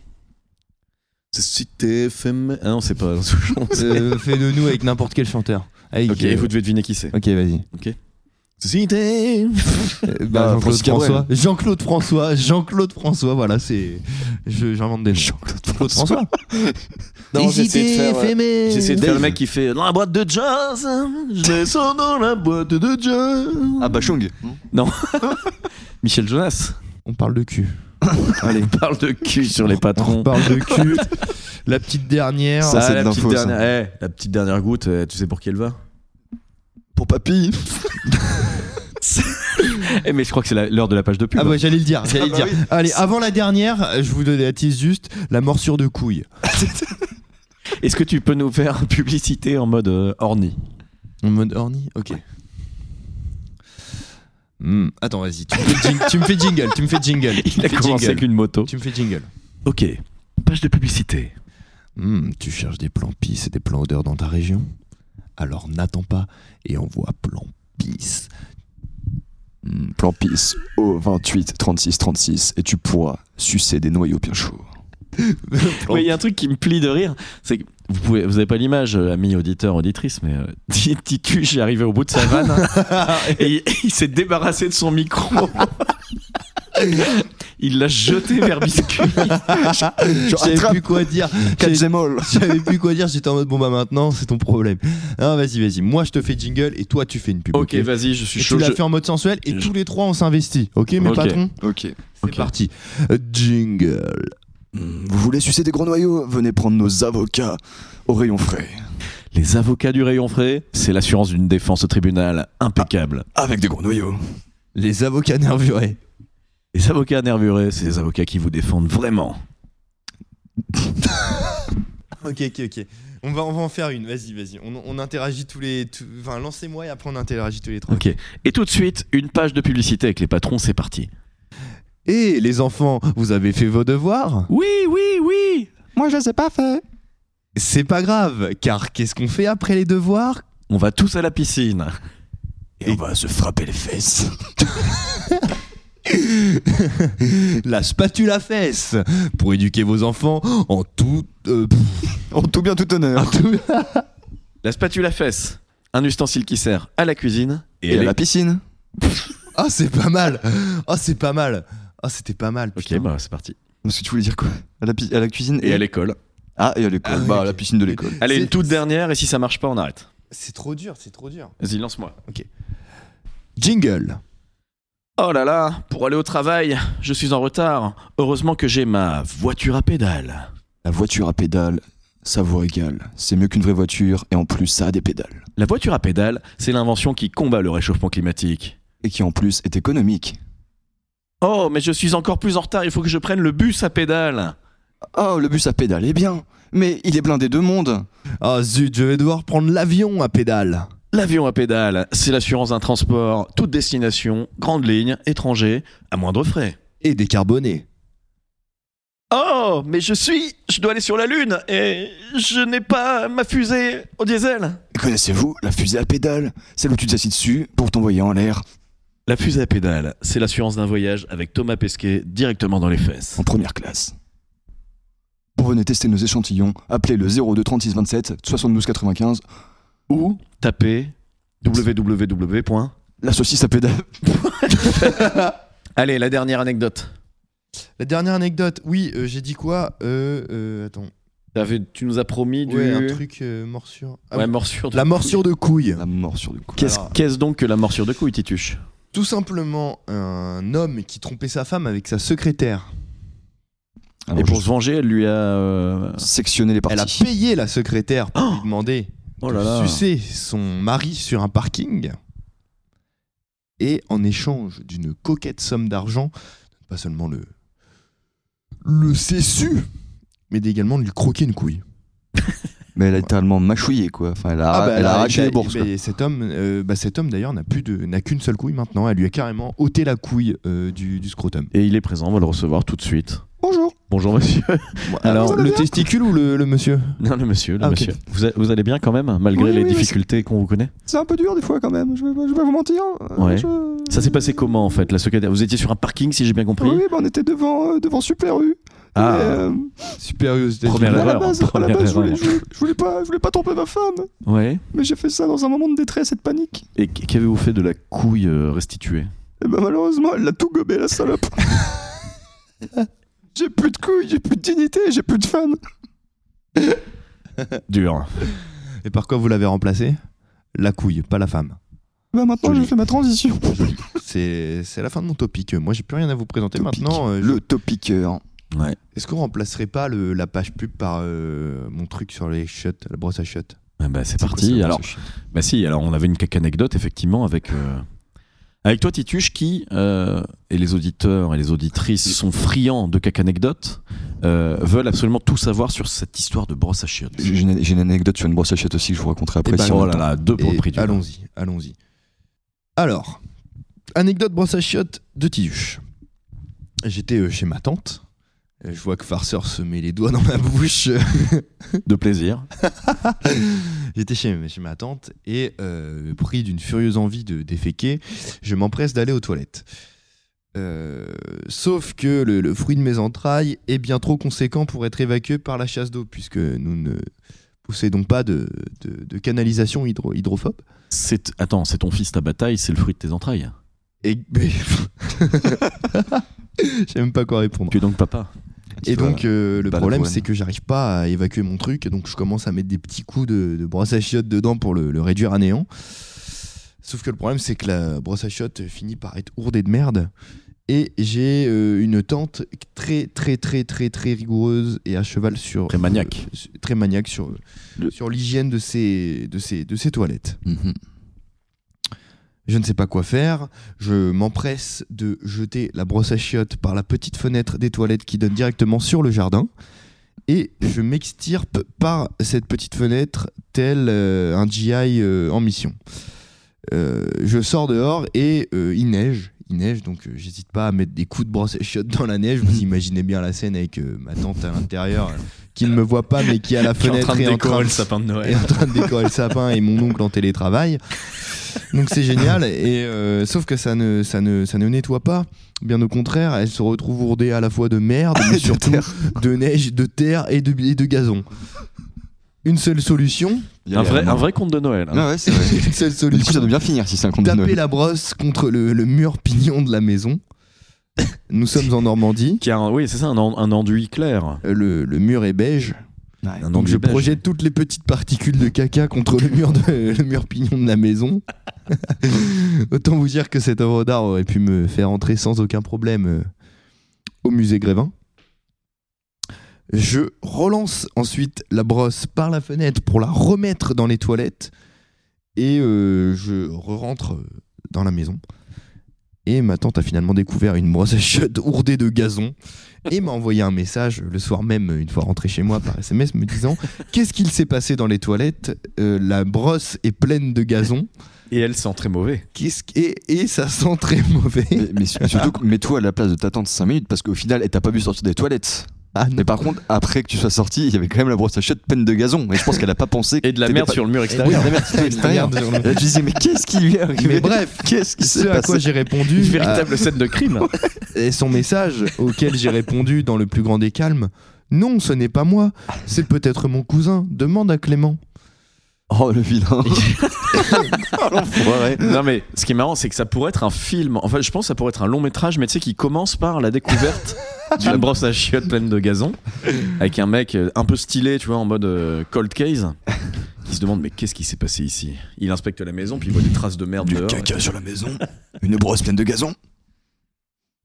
[SPEAKER 4] C'est cité éphémère. Ah non, c'est pas Alain Souchon. c'est-
[SPEAKER 6] Euh, fais de nous avec n'importe quel chanteur. Avec,
[SPEAKER 4] Ok,
[SPEAKER 6] euh,
[SPEAKER 4] vous devez deviner qui c'est.
[SPEAKER 6] ok, vas-y.
[SPEAKER 4] Cité.
[SPEAKER 6] Euh, bah,
[SPEAKER 5] Ah,
[SPEAKER 6] Jean-Claude
[SPEAKER 5] Francis Cabrel.
[SPEAKER 6] François. Jean-Claude François. Jean-Claude François. Voilà, c'est. je- J'invente des noms.
[SPEAKER 5] Jean-Claude
[SPEAKER 6] François.
[SPEAKER 1] Non, j'ai essayé de faire, euh,
[SPEAKER 6] J'ai
[SPEAKER 4] J'essaie de faire le mec qui fait dans la boîte de jazz. Je descends dans la boîte de jazz.
[SPEAKER 5] Ah, Bachung.
[SPEAKER 4] Michel Jonas.
[SPEAKER 6] On parle de cul.
[SPEAKER 4] Allez, parle de cul sur les patrons.
[SPEAKER 6] On parle de cul. La petite dernière.
[SPEAKER 5] Ça,
[SPEAKER 4] Ah,
[SPEAKER 5] c'est de
[SPEAKER 4] la petite
[SPEAKER 5] l'info, ça.
[SPEAKER 4] dernière. eh, la petite dernière goutte, euh, tu sais pour qui elle va
[SPEAKER 5] Pour papy.
[SPEAKER 4] Eh, mais je crois que c'est la- l'heure de la page de pub.
[SPEAKER 6] Ah bah j'allais le dire, j'allais le
[SPEAKER 5] bah
[SPEAKER 6] dire.
[SPEAKER 5] oui.
[SPEAKER 6] Allez, avant la dernière, euh, je vous donne la tease juste, la morsure de couille.
[SPEAKER 4] Est-ce que tu peux nous faire une publicité en mode euh, orni
[SPEAKER 6] En mode horny Ok. Hmm, Attends, vas-y, tu, me fais jing- tu me fais jingle, tu me fais jingle. tu me
[SPEAKER 4] Il a
[SPEAKER 6] fais
[SPEAKER 4] commencé
[SPEAKER 6] jingle.
[SPEAKER 4] avec une moto.
[SPEAKER 6] Tu me fais jingle.
[SPEAKER 4] Ok, page de publicité.
[SPEAKER 6] Hmm, tu cherches des plans pisse et des plans odeurs dans ta région Alors n'attends pas et envoie plan pisse.
[SPEAKER 5] Hmm, Plan PIS au 28 36 36 et tu pourras sucer des noyaux bien chauds.
[SPEAKER 4] Oui, il y a un truc qui me plie de rire. C'est que vous pouvez, vous avez pas l'image, euh, ami auditeur, auditrice, mais euh, Ti- Titu, j'ai arrivé au bout de sa vanne hein, et il s'est débarrassé de son micro. Il l'a jeté vers Biscuit.
[SPEAKER 5] Je
[SPEAKER 6] J'avais plus quoi dire. J'avais-
[SPEAKER 5] émoles.
[SPEAKER 6] J'avais plus quoi dire, j'étais en mode bon bah maintenant c'est ton problème. Non, vas-y, vas-y, moi je te fais jingle et toi tu fais une pub.
[SPEAKER 4] Ok,
[SPEAKER 6] ok
[SPEAKER 4] vas-y, je suis
[SPEAKER 6] Et
[SPEAKER 4] chaud.
[SPEAKER 6] tu l'as
[SPEAKER 4] je-
[SPEAKER 6] fait en mode sensuel et
[SPEAKER 4] je-
[SPEAKER 6] tous les trois on s'investit. Ok mes
[SPEAKER 4] Ok.
[SPEAKER 6] patrons
[SPEAKER 5] Ok.
[SPEAKER 6] C'est
[SPEAKER 4] Ok.
[SPEAKER 6] parti. Euh, Jingle.
[SPEAKER 5] Hmm, Vous voulez sucer des gros noyaux Venez prendre nos avocats au rayon frais.
[SPEAKER 4] Les avocats du rayon frais, c'est l'assurance d'une défense au tribunal impeccable.
[SPEAKER 5] Avec des gros noyaux.
[SPEAKER 6] Les avocats nervurés.
[SPEAKER 4] Les avocats nervurés, c'est des avocats qui vous défendent vraiment.
[SPEAKER 6] Ok, ok, ok. On va, on va en faire une, vas-y, vas-y. On, on interagit tous les. tous- Enfin, lancez-moi et après on interagit tous les trois.
[SPEAKER 4] Ok. Et tout de suite, une page de publicité avec les patrons, c'est parti.
[SPEAKER 6] Et Eh, les enfants, vous avez fait vos devoirs
[SPEAKER 4] Oui, oui, oui
[SPEAKER 5] Moi, je les ai pas fait.
[SPEAKER 6] C'est pas grave, car qu'est-ce qu'on fait après les devoirs
[SPEAKER 4] On va tous à la piscine.
[SPEAKER 5] Et on va se frapper les fesses.
[SPEAKER 6] La spatula fesse Pour éduquer vos enfants en tout. euh, pff,
[SPEAKER 5] En tout bien, tout
[SPEAKER 6] en
[SPEAKER 5] honneur.
[SPEAKER 6] tout-
[SPEAKER 4] La spatule à fesses, un ustensile qui sert à la cuisine
[SPEAKER 5] Et, à
[SPEAKER 4] les-
[SPEAKER 5] la piscine.
[SPEAKER 6] Ah, c'est pas mal Ah, c'est pas mal Ah, c'était pas mal.
[SPEAKER 4] Ok,
[SPEAKER 6] putain.
[SPEAKER 4] bah c'est parti.
[SPEAKER 5] Parce que tu voulais dire quoi à la, pi- à la cuisine
[SPEAKER 4] Et à l'école.
[SPEAKER 5] Ah, et à l'école.
[SPEAKER 6] Ah oui,
[SPEAKER 5] bah,
[SPEAKER 6] ok.
[SPEAKER 5] à la piscine de l'école.
[SPEAKER 4] Allez,
[SPEAKER 6] C'est-
[SPEAKER 4] une toute dernière, et si ça marche pas, on arrête.
[SPEAKER 6] C'est trop dur, c'est trop dur.
[SPEAKER 4] Vas-y, lance-moi.
[SPEAKER 6] Jingle
[SPEAKER 4] Oh là là, pour aller au travail, je suis en retard. Heureusement que j'ai ma voiture à pédales.
[SPEAKER 5] La voiture à pédales, sa voix égale. C'est mieux qu'une vraie voiture, et en plus, ça a des pédales.
[SPEAKER 4] La voiture à pédales, c'est l'invention qui combat le réchauffement climatique.
[SPEAKER 5] Et qui en plus est économique.
[SPEAKER 4] Oh, mais je suis encore plus en retard, il faut que je prenne le bus à pédales.
[SPEAKER 5] Oh, le bus à pédales est bien, mais il est blindé de monde.
[SPEAKER 6] Ah zut, je vais devoir prendre l'avion à pédale
[SPEAKER 4] L'avion à pédales, c'est l'assurance d'un transport, toute destination, grande ligne, étranger, à moindre frais.
[SPEAKER 6] Et décarboné.
[SPEAKER 4] Oh, mais je suis, je dois aller sur la Lune et je n'ai pas ma fusée au diesel.
[SPEAKER 5] Et Connaissez-vous la fusée à pédales Celle où tu t'assis dessus pour t'envoyer en l'air
[SPEAKER 4] La fusée à pédales, c'est l'assurance d'un voyage avec Thomas Pesquet directement dans les fesses.
[SPEAKER 5] en première classe. Pour venir tester nos échantillons, appelez le 02 36 27 72 95
[SPEAKER 4] Ou tapez www.
[SPEAKER 5] la saucisse à pédales.
[SPEAKER 4] Allez, la dernière anecdote.
[SPEAKER 6] La dernière anecdote, oui, euh, j'ai dit quoi euh, euh, Attends.
[SPEAKER 4] T'avais- tu nous as promis du...
[SPEAKER 6] Ouais, un truc euh, morsure. Ah
[SPEAKER 4] Ouais,
[SPEAKER 6] oui,
[SPEAKER 4] morsure de
[SPEAKER 6] la morsure de couille.
[SPEAKER 5] La mort sur le coup.
[SPEAKER 4] Qu'est-ce
[SPEAKER 6] Alors-
[SPEAKER 4] qu'est-ce donc que la morsure de couille, Tituche
[SPEAKER 6] Tout simplement un homme qui trompait sa femme avec sa secrétaire.
[SPEAKER 5] Alors,
[SPEAKER 4] Et pour
[SPEAKER 5] je-
[SPEAKER 4] se venger, elle lui a... euh,
[SPEAKER 5] sectionner les
[SPEAKER 6] Elle a
[SPEAKER 5] parties.
[SPEAKER 6] payé la secrétaire pour lui demander
[SPEAKER 4] Oh
[SPEAKER 6] de
[SPEAKER 4] là là.
[SPEAKER 6] sucer son mari sur un parking. Et en échange d'une coquette somme d'argent, pas seulement le. le cessu, mais également de lui croquer une couille.
[SPEAKER 5] Mais elle a littéralement mâchouillé quoi. Enfin, elle a,
[SPEAKER 6] Ah
[SPEAKER 5] elle
[SPEAKER 6] bah,
[SPEAKER 5] a
[SPEAKER 6] elle a-
[SPEAKER 5] arraché
[SPEAKER 6] elle-
[SPEAKER 5] les bourses.
[SPEAKER 6] mais
[SPEAKER 5] quoi.
[SPEAKER 6] cet homme, euh, bah, cet homme d'ailleurs n'a plus de, n'a qu'une seule couille maintenant. Elle lui a carrément ôté la couille euh, du, du scrotum.
[SPEAKER 4] Et il est présent, on va le recevoir tout de suite.
[SPEAKER 5] Bonjour.
[SPEAKER 4] Bonjour monsieur.
[SPEAKER 6] Alors le testicule ou le, le monsieur
[SPEAKER 4] Non, le monsieur, le
[SPEAKER 6] Ah, ok.
[SPEAKER 4] monsieur. Vous, a- vous allez bien quand même, malgré
[SPEAKER 5] Oui,
[SPEAKER 4] les
[SPEAKER 5] oui, oui,
[SPEAKER 4] difficultés qu'on vous connaît
[SPEAKER 5] C'est un peu dur des fois quand même. Je vais, je vais pas vous mentir. Euh,
[SPEAKER 4] Ouais.
[SPEAKER 5] je-
[SPEAKER 4] Ça s'est passé comment en fait, la secrétaire Vous étiez sur un parking, si j'ai bien compris
[SPEAKER 5] Oui, bah, on était devant euh, devant Super U.
[SPEAKER 4] Ah,
[SPEAKER 5] Et, euh,
[SPEAKER 6] Super
[SPEAKER 4] Première
[SPEAKER 5] à la
[SPEAKER 4] erreur,
[SPEAKER 5] base, à la
[SPEAKER 4] première
[SPEAKER 5] base, je, voulais,
[SPEAKER 4] erreur.
[SPEAKER 5] je voulais- je voulais pas je voulais pas tromper ma femme,
[SPEAKER 4] ouais.
[SPEAKER 5] mais j'ai fait ça dans un moment de détresse et de panique.
[SPEAKER 4] Et qu- qu'avez-vous fait de la couille euh, restituée
[SPEAKER 5] Et bah malheureusement, elle l'a tout gobé la salope. j'ai plus de couilles, j'ai plus de dignité, j'ai plus de femme.
[SPEAKER 4] Dur.
[SPEAKER 6] Et par quoi vous l'avez remplacé La couille, pas la femme.
[SPEAKER 5] Bah maintenant,
[SPEAKER 6] Joli.
[SPEAKER 5] j'ai fait ma transition.
[SPEAKER 6] C'est c'est la fin de mon topic. Moi, j'ai plus rien à vous présenter
[SPEAKER 5] Topic.
[SPEAKER 6] maintenant. euh, je-
[SPEAKER 5] Le topiqueur.
[SPEAKER 6] Est-ce qu'on remplacerait pas le- la page pub par euh, mon truc sur les chiottes, la brosse à chiottes
[SPEAKER 4] Ah bah, c'est parti. alors, bah si, alors on avait une caca anecdote effectivement avec euh, avec toi Tituche qui euh, et les auditeurs et les auditrices sont friands de caca anecdotes euh, veulent absolument tout savoir sur cette histoire de brosse à chiottes.
[SPEAKER 5] J'ai une, j'ai une anecdote sur une brosse à chiottes aussi que je vous raconterai après.
[SPEAKER 6] Eh ben,
[SPEAKER 5] si on
[SPEAKER 4] Oh
[SPEAKER 5] a le
[SPEAKER 4] là là, deux pour
[SPEAKER 6] Et
[SPEAKER 4] le prix du.
[SPEAKER 6] Allons-y, allons-y. Alors, anecdote brosse à chiottes de Tiduche. J'étais euh, chez ma tante. Euh, Je vois que Farceur se met les doigts dans ma bouche.
[SPEAKER 4] De plaisir.
[SPEAKER 6] J'étais chez, chez ma tante et, euh, pris d'une furieuse envie de déféquer, je m'empresse d'aller aux toilettes. Euh, sauf que le, le fruit de mes entrailles est bien trop conséquent pour être évacué par la chasse d'eau, puisque nous ne possédons pas de, de- de canalisation hydro, hydrophobe.
[SPEAKER 4] C'est attends, c'est ton fils ta bataille, c'est le fruit de tes entrailles.
[SPEAKER 6] Et. Je sais même pas quoi répondre.
[SPEAKER 4] Tu es donc papa.
[SPEAKER 6] Et
[SPEAKER 5] Voilà.
[SPEAKER 6] donc, euh, le
[SPEAKER 5] Pas de
[SPEAKER 6] problème,
[SPEAKER 5] problème.
[SPEAKER 6] c'est que j'arrive pas à évacuer mon truc. Donc, je commence à mettre des petits coups de, de brosse à chiottes dedans pour le, le réduire à néant. Sauf que le problème, c'est que la brosse à chiottes finit par être ourdée de merde. Et j'ai euh, une tante très, très, très, très, très rigoureuse et à cheval sur.
[SPEAKER 4] Très maniaque.
[SPEAKER 6] euh, su- très maniaque sur,
[SPEAKER 5] Le-
[SPEAKER 6] sur l'hygiène de ses, de, ses, de ses toilettes.
[SPEAKER 5] Mhm.
[SPEAKER 6] Je ne sais pas quoi faire. Je m'empresse de jeter la brosse à chiottes par la petite fenêtre des toilettes qui donne directement sur le jardin. Et je m'extirpe par cette petite fenêtre, tel euh, un GI euh, en mission. Euh, je sors dehors et euh, il neige. Il neige, donc euh, j'hésite pas à mettre des coups de brosse à chiottes dans la neige. Vous imaginez bien la scène avec euh, ma tante à l'intérieur, euh, qui ne me voit pas, mais qui à la fenêtre est en train de
[SPEAKER 4] sapin de
[SPEAKER 6] est en train de décorer le sapin et mon oncle en télétravail. Donc c'est génial. Et euh, sauf que ça ne, ça, ne, ça ne nettoie pas. Bien au contraire, elle se retrouve ourdée à la fois de merde, mais surtout de neige, de terre et de, et de gazon. Une seule solution,
[SPEAKER 5] Il y a
[SPEAKER 4] Un
[SPEAKER 5] les-
[SPEAKER 4] vrai, un vrai conte de Noël. hein.
[SPEAKER 5] Ah ouais, c'est vrai.
[SPEAKER 6] une seule
[SPEAKER 5] Du coup, ça
[SPEAKER 6] solution,
[SPEAKER 5] doit bien finir si c'est un compte de
[SPEAKER 6] taper
[SPEAKER 5] Noël.
[SPEAKER 6] la brosse contre le, le mur pignon de la maison. Nous sommes en Normandie,
[SPEAKER 4] Qui a un- oui, c'est ça, un, en- un enduit clair.
[SPEAKER 6] Euh, le, le mur est beige,
[SPEAKER 4] Un
[SPEAKER 6] donc
[SPEAKER 4] enduit
[SPEAKER 6] je
[SPEAKER 4] beige.
[SPEAKER 6] projette toutes les petites particules de caca contre le mur, de, le mur pignon de la maison. Autant vous dire que cette œuvre d'art aurait pu me faire entrer sans aucun problème euh, au musée Grévin. Je relance ensuite la brosse par la fenêtre pour la remettre dans les toilettes et euh, je re-rentre euh, dans la maison. Et ma tante a finalement découvert une brosse à chiottes ourdée de gazon et m'a envoyé un message le soir même, une fois rentré chez moi par SMS, me disant Qu'est-ce qu'il s'est passé dans les toilettes Euh, La brosse est pleine de gazon
[SPEAKER 4] Et elle sent très mauvais.
[SPEAKER 6] Qu'est-ce que- et, et ça sent très mauvais.
[SPEAKER 5] Mais, mais su- surtout, que mets-toi à la place de ta tante 5 minutes parce qu'au final, elle t'a pas vu sortir des toilettes.
[SPEAKER 6] Ah non.
[SPEAKER 5] Mais par contre, après que tu sois sorti, il y avait quand même la brosse à chiottes pleine de gazon. Et je pense qu'elle a pas pensé.
[SPEAKER 4] Et de la
[SPEAKER 5] t'étais
[SPEAKER 4] merde
[SPEAKER 5] pas-
[SPEAKER 4] sur le mur
[SPEAKER 5] Oui, de
[SPEAKER 4] extérieur.
[SPEAKER 5] la merde sur l'extérieur.
[SPEAKER 6] Merde,
[SPEAKER 5] Et là, tu disais, mais qu'est-ce qui lui est arrivé
[SPEAKER 6] Mais bref,
[SPEAKER 5] qu'est-ce qui
[SPEAKER 6] Ce
[SPEAKER 5] s'est
[SPEAKER 6] à quoi
[SPEAKER 5] passé
[SPEAKER 6] j'ai répondu,
[SPEAKER 4] Une
[SPEAKER 6] à-
[SPEAKER 4] véritable scène de crime.
[SPEAKER 6] et son message auquel j'ai répondu dans le plus grand des calmes Non, ce n'est pas moi, c'est peut-être mon cousin, demande à Clément.
[SPEAKER 5] Oh le vilain. Oh, l'enfoiré.
[SPEAKER 4] non mais ce qui est marrant c'est que ça pourrait être un film enfin je pense que ça pourrait être un long métrage mais tu sais qui commence par la découverte d'une brosse à chiottes pleine de gazon avec un mec euh, un peu stylé tu vois en mode euh, cold case qui se demande mais qu'est-ce qui s'est passé ici il inspecte la maison puis il voit des traces de merde dehors
[SPEAKER 5] sur la maison. Une brosse pleine de gazon.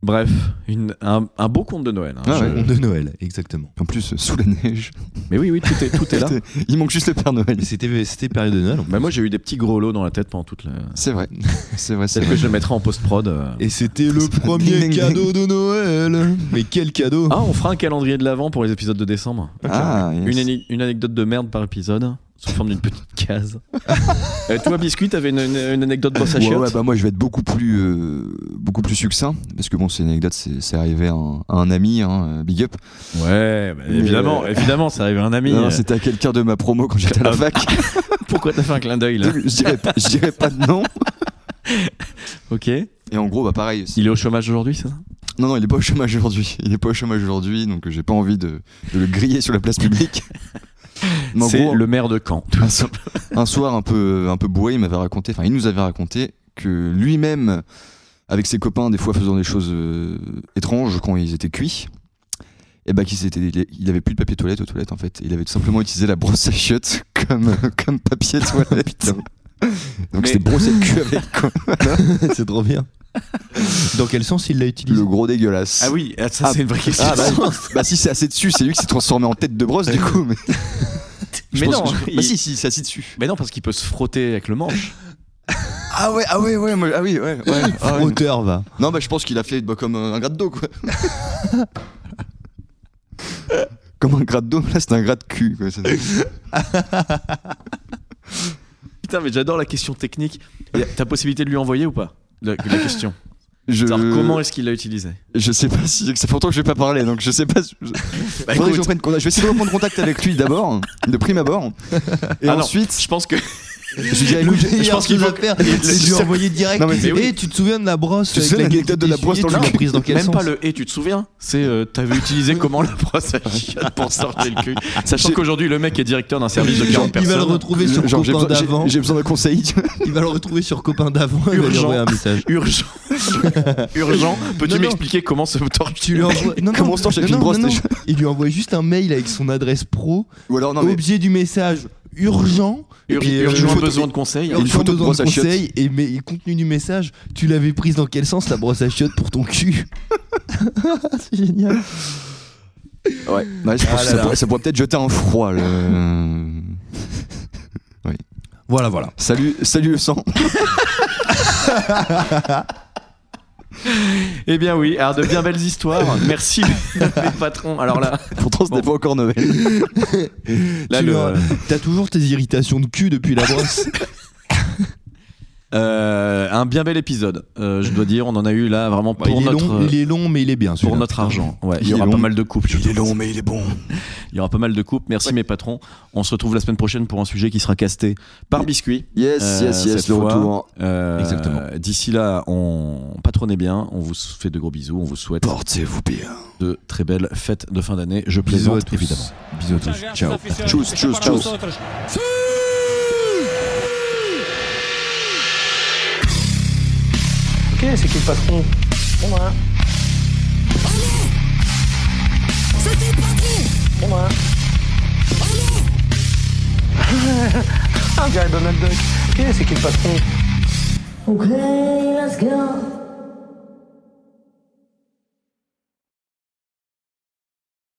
[SPEAKER 4] bref une- un, un beau conte de Noël hein.
[SPEAKER 5] Ah
[SPEAKER 4] Je-
[SPEAKER 5] ouais.
[SPEAKER 6] De Noël, exactement.
[SPEAKER 5] En plus, euh, sous la neige.
[SPEAKER 4] mais oui oui tout est, tout est là
[SPEAKER 5] Il manque juste le Père Noël.
[SPEAKER 6] Mais
[SPEAKER 4] Euh.
[SPEAKER 6] c'était c'était période de Noël. en fait.
[SPEAKER 4] bah moi j'ai eu des petits gros lots dans la tête pendant toute la
[SPEAKER 5] C'est vrai. C'est vrai, c'est
[SPEAKER 4] celle que
[SPEAKER 5] vrai.
[SPEAKER 4] je le mettrai en post-prod euh.
[SPEAKER 6] Et c'était le
[SPEAKER 5] C'est-
[SPEAKER 6] premier
[SPEAKER 5] Ding, ding,
[SPEAKER 6] cadeau de Noël. Mais quel cadeau
[SPEAKER 4] ah on fera un calendrier de l'avant pour les épisodes de décembre
[SPEAKER 5] Ah, yes.
[SPEAKER 4] Une, ani- une anecdote de merde par épisode, sous forme d'une petite case. Euh, toi, Biscuit, t'avais une, une- une anecdote brosse à
[SPEAKER 5] Ouais,
[SPEAKER 4] chiottes
[SPEAKER 5] ouais, bah moi je vais être beaucoup plus, euh, beaucoup plus succinct parce que bon, c'est une anecdote, c'est c'est arrivé à un, à un ami, hein, big up.
[SPEAKER 4] Ouais, bah, évidemment, évidemment, ça arrive à un ami.
[SPEAKER 5] Non, non, C'était à quelqu'un de ma promo quand j'étais à la
[SPEAKER 4] euh, Ah.
[SPEAKER 5] fac.
[SPEAKER 4] Pourquoi t'as fait un clin d'œil là
[SPEAKER 5] je, dirais pas, je dirais pas de nom.
[SPEAKER 4] Ok. Il
[SPEAKER 5] Et en gros, bah pareil. c'est-
[SPEAKER 4] est au chômage aujourd'hui, c'est ça
[SPEAKER 5] Non, non, il est pas au chômage aujourd'hui. Il est pas au chômage aujourd'hui, donc euh, j'ai pas envie de, de le griller sur la place publique. Mais en
[SPEAKER 4] C'est
[SPEAKER 5] gros,
[SPEAKER 4] le maire de Caen.
[SPEAKER 5] un, so- un soir un peu, un peu bourré, il m'avait raconté, enfin il nous avait raconté que lui-même, avec ses copains, des fois faisant des choses euh, étranges quand ils étaient cuits, et bah qu'il s'était- il avait plus de papier toilette aux toilettes en fait. Il avait tout simplement utilisé la brosse à chiottes comme, comme papier toilette. Donc
[SPEAKER 4] Mais-
[SPEAKER 5] c'était brossé le cul avec quoi.
[SPEAKER 6] C'est trop bien. Dans quel sens il l'a utilisé
[SPEAKER 5] le gros dégueulasse.
[SPEAKER 4] Ah oui, ça
[SPEAKER 5] Ah,
[SPEAKER 4] c'est une vraie question.
[SPEAKER 5] Ah bah, bah si c'est assez dessus, c'est lui qui s'est transformé en tête de brosse du coup. Mais, Je
[SPEAKER 4] mais
[SPEAKER 5] pense
[SPEAKER 4] non,
[SPEAKER 5] que je-
[SPEAKER 4] il-
[SPEAKER 5] bah si, si, c'est assis dessus.
[SPEAKER 4] mais non, parce qu'il peut se frotter avec le manche.
[SPEAKER 5] Ah ouais, ah ouais, ouais, moi- ah oui, ouais, ouais. Ah ouais.
[SPEAKER 6] Auteur va.
[SPEAKER 5] Non, bah je pense qu'il a fait bah, comme euh, un gratte d'eau quoi. comme un gratte d'eau, mais là c'est un gratte cul quoi. C'est-
[SPEAKER 4] Putain, mais j'adore la question technique. Et T'as possibilité de lui envoyer ou pas la, la question.
[SPEAKER 5] Je,
[SPEAKER 4] Genre, comment est-ce qu'il l'a utilisé
[SPEAKER 5] je sais pas si. Ça fait longtemps que je vais pas parler donc je sais pas. si- Je,
[SPEAKER 4] Bah,
[SPEAKER 5] Faudrait que je,
[SPEAKER 4] écoute,
[SPEAKER 5] reprenne contact. je vais essayer de reprendre contact avec lui d'abord, de prime abord. Et
[SPEAKER 4] Ah non.
[SPEAKER 5] ensuite,
[SPEAKER 4] je pense que
[SPEAKER 5] je lui dis ah, écoute,
[SPEAKER 4] je pense qu'il faut
[SPEAKER 6] faire. C'est lui envoyer direct.
[SPEAKER 5] Non, mais
[SPEAKER 4] c'est-
[SPEAKER 6] Eh,
[SPEAKER 4] oui.
[SPEAKER 6] tu te souviens de la brosse
[SPEAKER 5] Tu te
[SPEAKER 6] avec
[SPEAKER 5] souviens de
[SPEAKER 6] laquelle
[SPEAKER 5] l'anecdote
[SPEAKER 6] tu
[SPEAKER 5] de la
[SPEAKER 6] t'es
[SPEAKER 5] brosse
[SPEAKER 6] essuyé,
[SPEAKER 5] dans
[SPEAKER 6] tu
[SPEAKER 5] le
[SPEAKER 6] l'as
[SPEAKER 5] cul
[SPEAKER 6] prise dans quel
[SPEAKER 4] Même
[SPEAKER 6] sens
[SPEAKER 4] pas le et tu te souviens C'est euh, t'avais utilisé comment la brosse à chiottes pour sortir le cul Sachant
[SPEAKER 5] J'ai-
[SPEAKER 4] qu'aujourd'hui le mec est directeur d'un service de
[SPEAKER 6] Genre,
[SPEAKER 4] 40
[SPEAKER 6] il va le
[SPEAKER 4] personnes.
[SPEAKER 6] retrouver sur
[SPEAKER 5] genre, j'ai
[SPEAKER 6] copain
[SPEAKER 5] besoin- j'ai-
[SPEAKER 6] d'avant.
[SPEAKER 5] j'ai besoin d'un conseil. tu vois.
[SPEAKER 6] Il va le retrouver sur copain d'avant. Il va lui
[SPEAKER 4] Urgent.
[SPEAKER 6] envoyer un message.
[SPEAKER 4] Urgent, urgent. Peux-tu
[SPEAKER 6] Non, non.
[SPEAKER 4] m'expliquer comment se
[SPEAKER 6] Tu
[SPEAKER 4] torture
[SPEAKER 6] lui envoies. Non, non,
[SPEAKER 5] Comment on se torche avec
[SPEAKER 6] non,
[SPEAKER 5] une
[SPEAKER 6] non,
[SPEAKER 5] brosse
[SPEAKER 6] non, non.
[SPEAKER 5] déjà
[SPEAKER 6] Il lui envoie juste un mail avec son adresse pro.
[SPEAKER 5] Ou alors non mais
[SPEAKER 6] Objet du message urgent. Et puis, euh,
[SPEAKER 4] Urgent
[SPEAKER 6] une photo-
[SPEAKER 4] besoin de conseils.
[SPEAKER 5] une
[SPEAKER 6] une
[SPEAKER 5] photo
[SPEAKER 6] photo
[SPEAKER 5] de
[SPEAKER 6] de
[SPEAKER 5] brosse à chiottes.
[SPEAKER 6] conseil et mais et contenu du message. Tu l'avais prise dans quel sens la brosse à chiottes pour ton cul C'est génial.
[SPEAKER 5] Ouais, je pense
[SPEAKER 6] Ah
[SPEAKER 5] que
[SPEAKER 6] là
[SPEAKER 5] ça,
[SPEAKER 6] là.
[SPEAKER 5] pourrait, ça pourrait peut-être jeter un froid. le-
[SPEAKER 6] Voilà, voilà.
[SPEAKER 5] Salut, salut le sang.
[SPEAKER 4] Eh bien oui, alors de bien belles histoires. Merci les patrons. Alors là,
[SPEAKER 5] Pourtant, ce
[SPEAKER 4] Bon.
[SPEAKER 5] n'est pas encore Noël.
[SPEAKER 4] là
[SPEAKER 6] Tu
[SPEAKER 4] le-
[SPEAKER 6] leur- T'as toujours tes irritations de cul depuis la brosse.
[SPEAKER 4] euh, un bien bel épisode. Euh, je dois dire, on en a eu là vraiment
[SPEAKER 6] Bah, il,
[SPEAKER 4] pour
[SPEAKER 6] est
[SPEAKER 4] notre
[SPEAKER 6] long, il est long, mais il est bien.
[SPEAKER 4] pour
[SPEAKER 6] celui-là.
[SPEAKER 4] notre argent. Ouais,
[SPEAKER 5] Il
[SPEAKER 4] il y
[SPEAKER 5] est
[SPEAKER 4] aura
[SPEAKER 5] long.
[SPEAKER 4] pas mal de coupes. je
[SPEAKER 5] Il est
[SPEAKER 4] pense.
[SPEAKER 5] long, mais il est bon.
[SPEAKER 4] Il y aura pas mal de coupes. Merci mes patrons. On se retrouve la semaine prochaine pour un sujet qui sera casté par biscuit.
[SPEAKER 5] Yes,
[SPEAKER 4] Euh,
[SPEAKER 5] yes, yes,
[SPEAKER 4] cette
[SPEAKER 5] le
[SPEAKER 4] fois,
[SPEAKER 5] retour.
[SPEAKER 4] Euh,
[SPEAKER 5] Exactement.
[SPEAKER 4] D'ici là, on patronnez bien. On vous fait de gros bisous. On vous souhaite
[SPEAKER 5] Portez-vous bien.
[SPEAKER 4] de très belles fêtes de fin d'année. Je
[SPEAKER 6] Bisous à
[SPEAKER 4] plaisante
[SPEAKER 6] tous.
[SPEAKER 4] évidemment.
[SPEAKER 6] Bisous à tous. Ciao.
[SPEAKER 5] Tchuss, tchuss, tchuss.
[SPEAKER 2] Ok, c'est qui le patron C'est moi. C'est moi. On dirait Donald Duck. Ok, c'est qui le patron
[SPEAKER 3] Okay, let's go.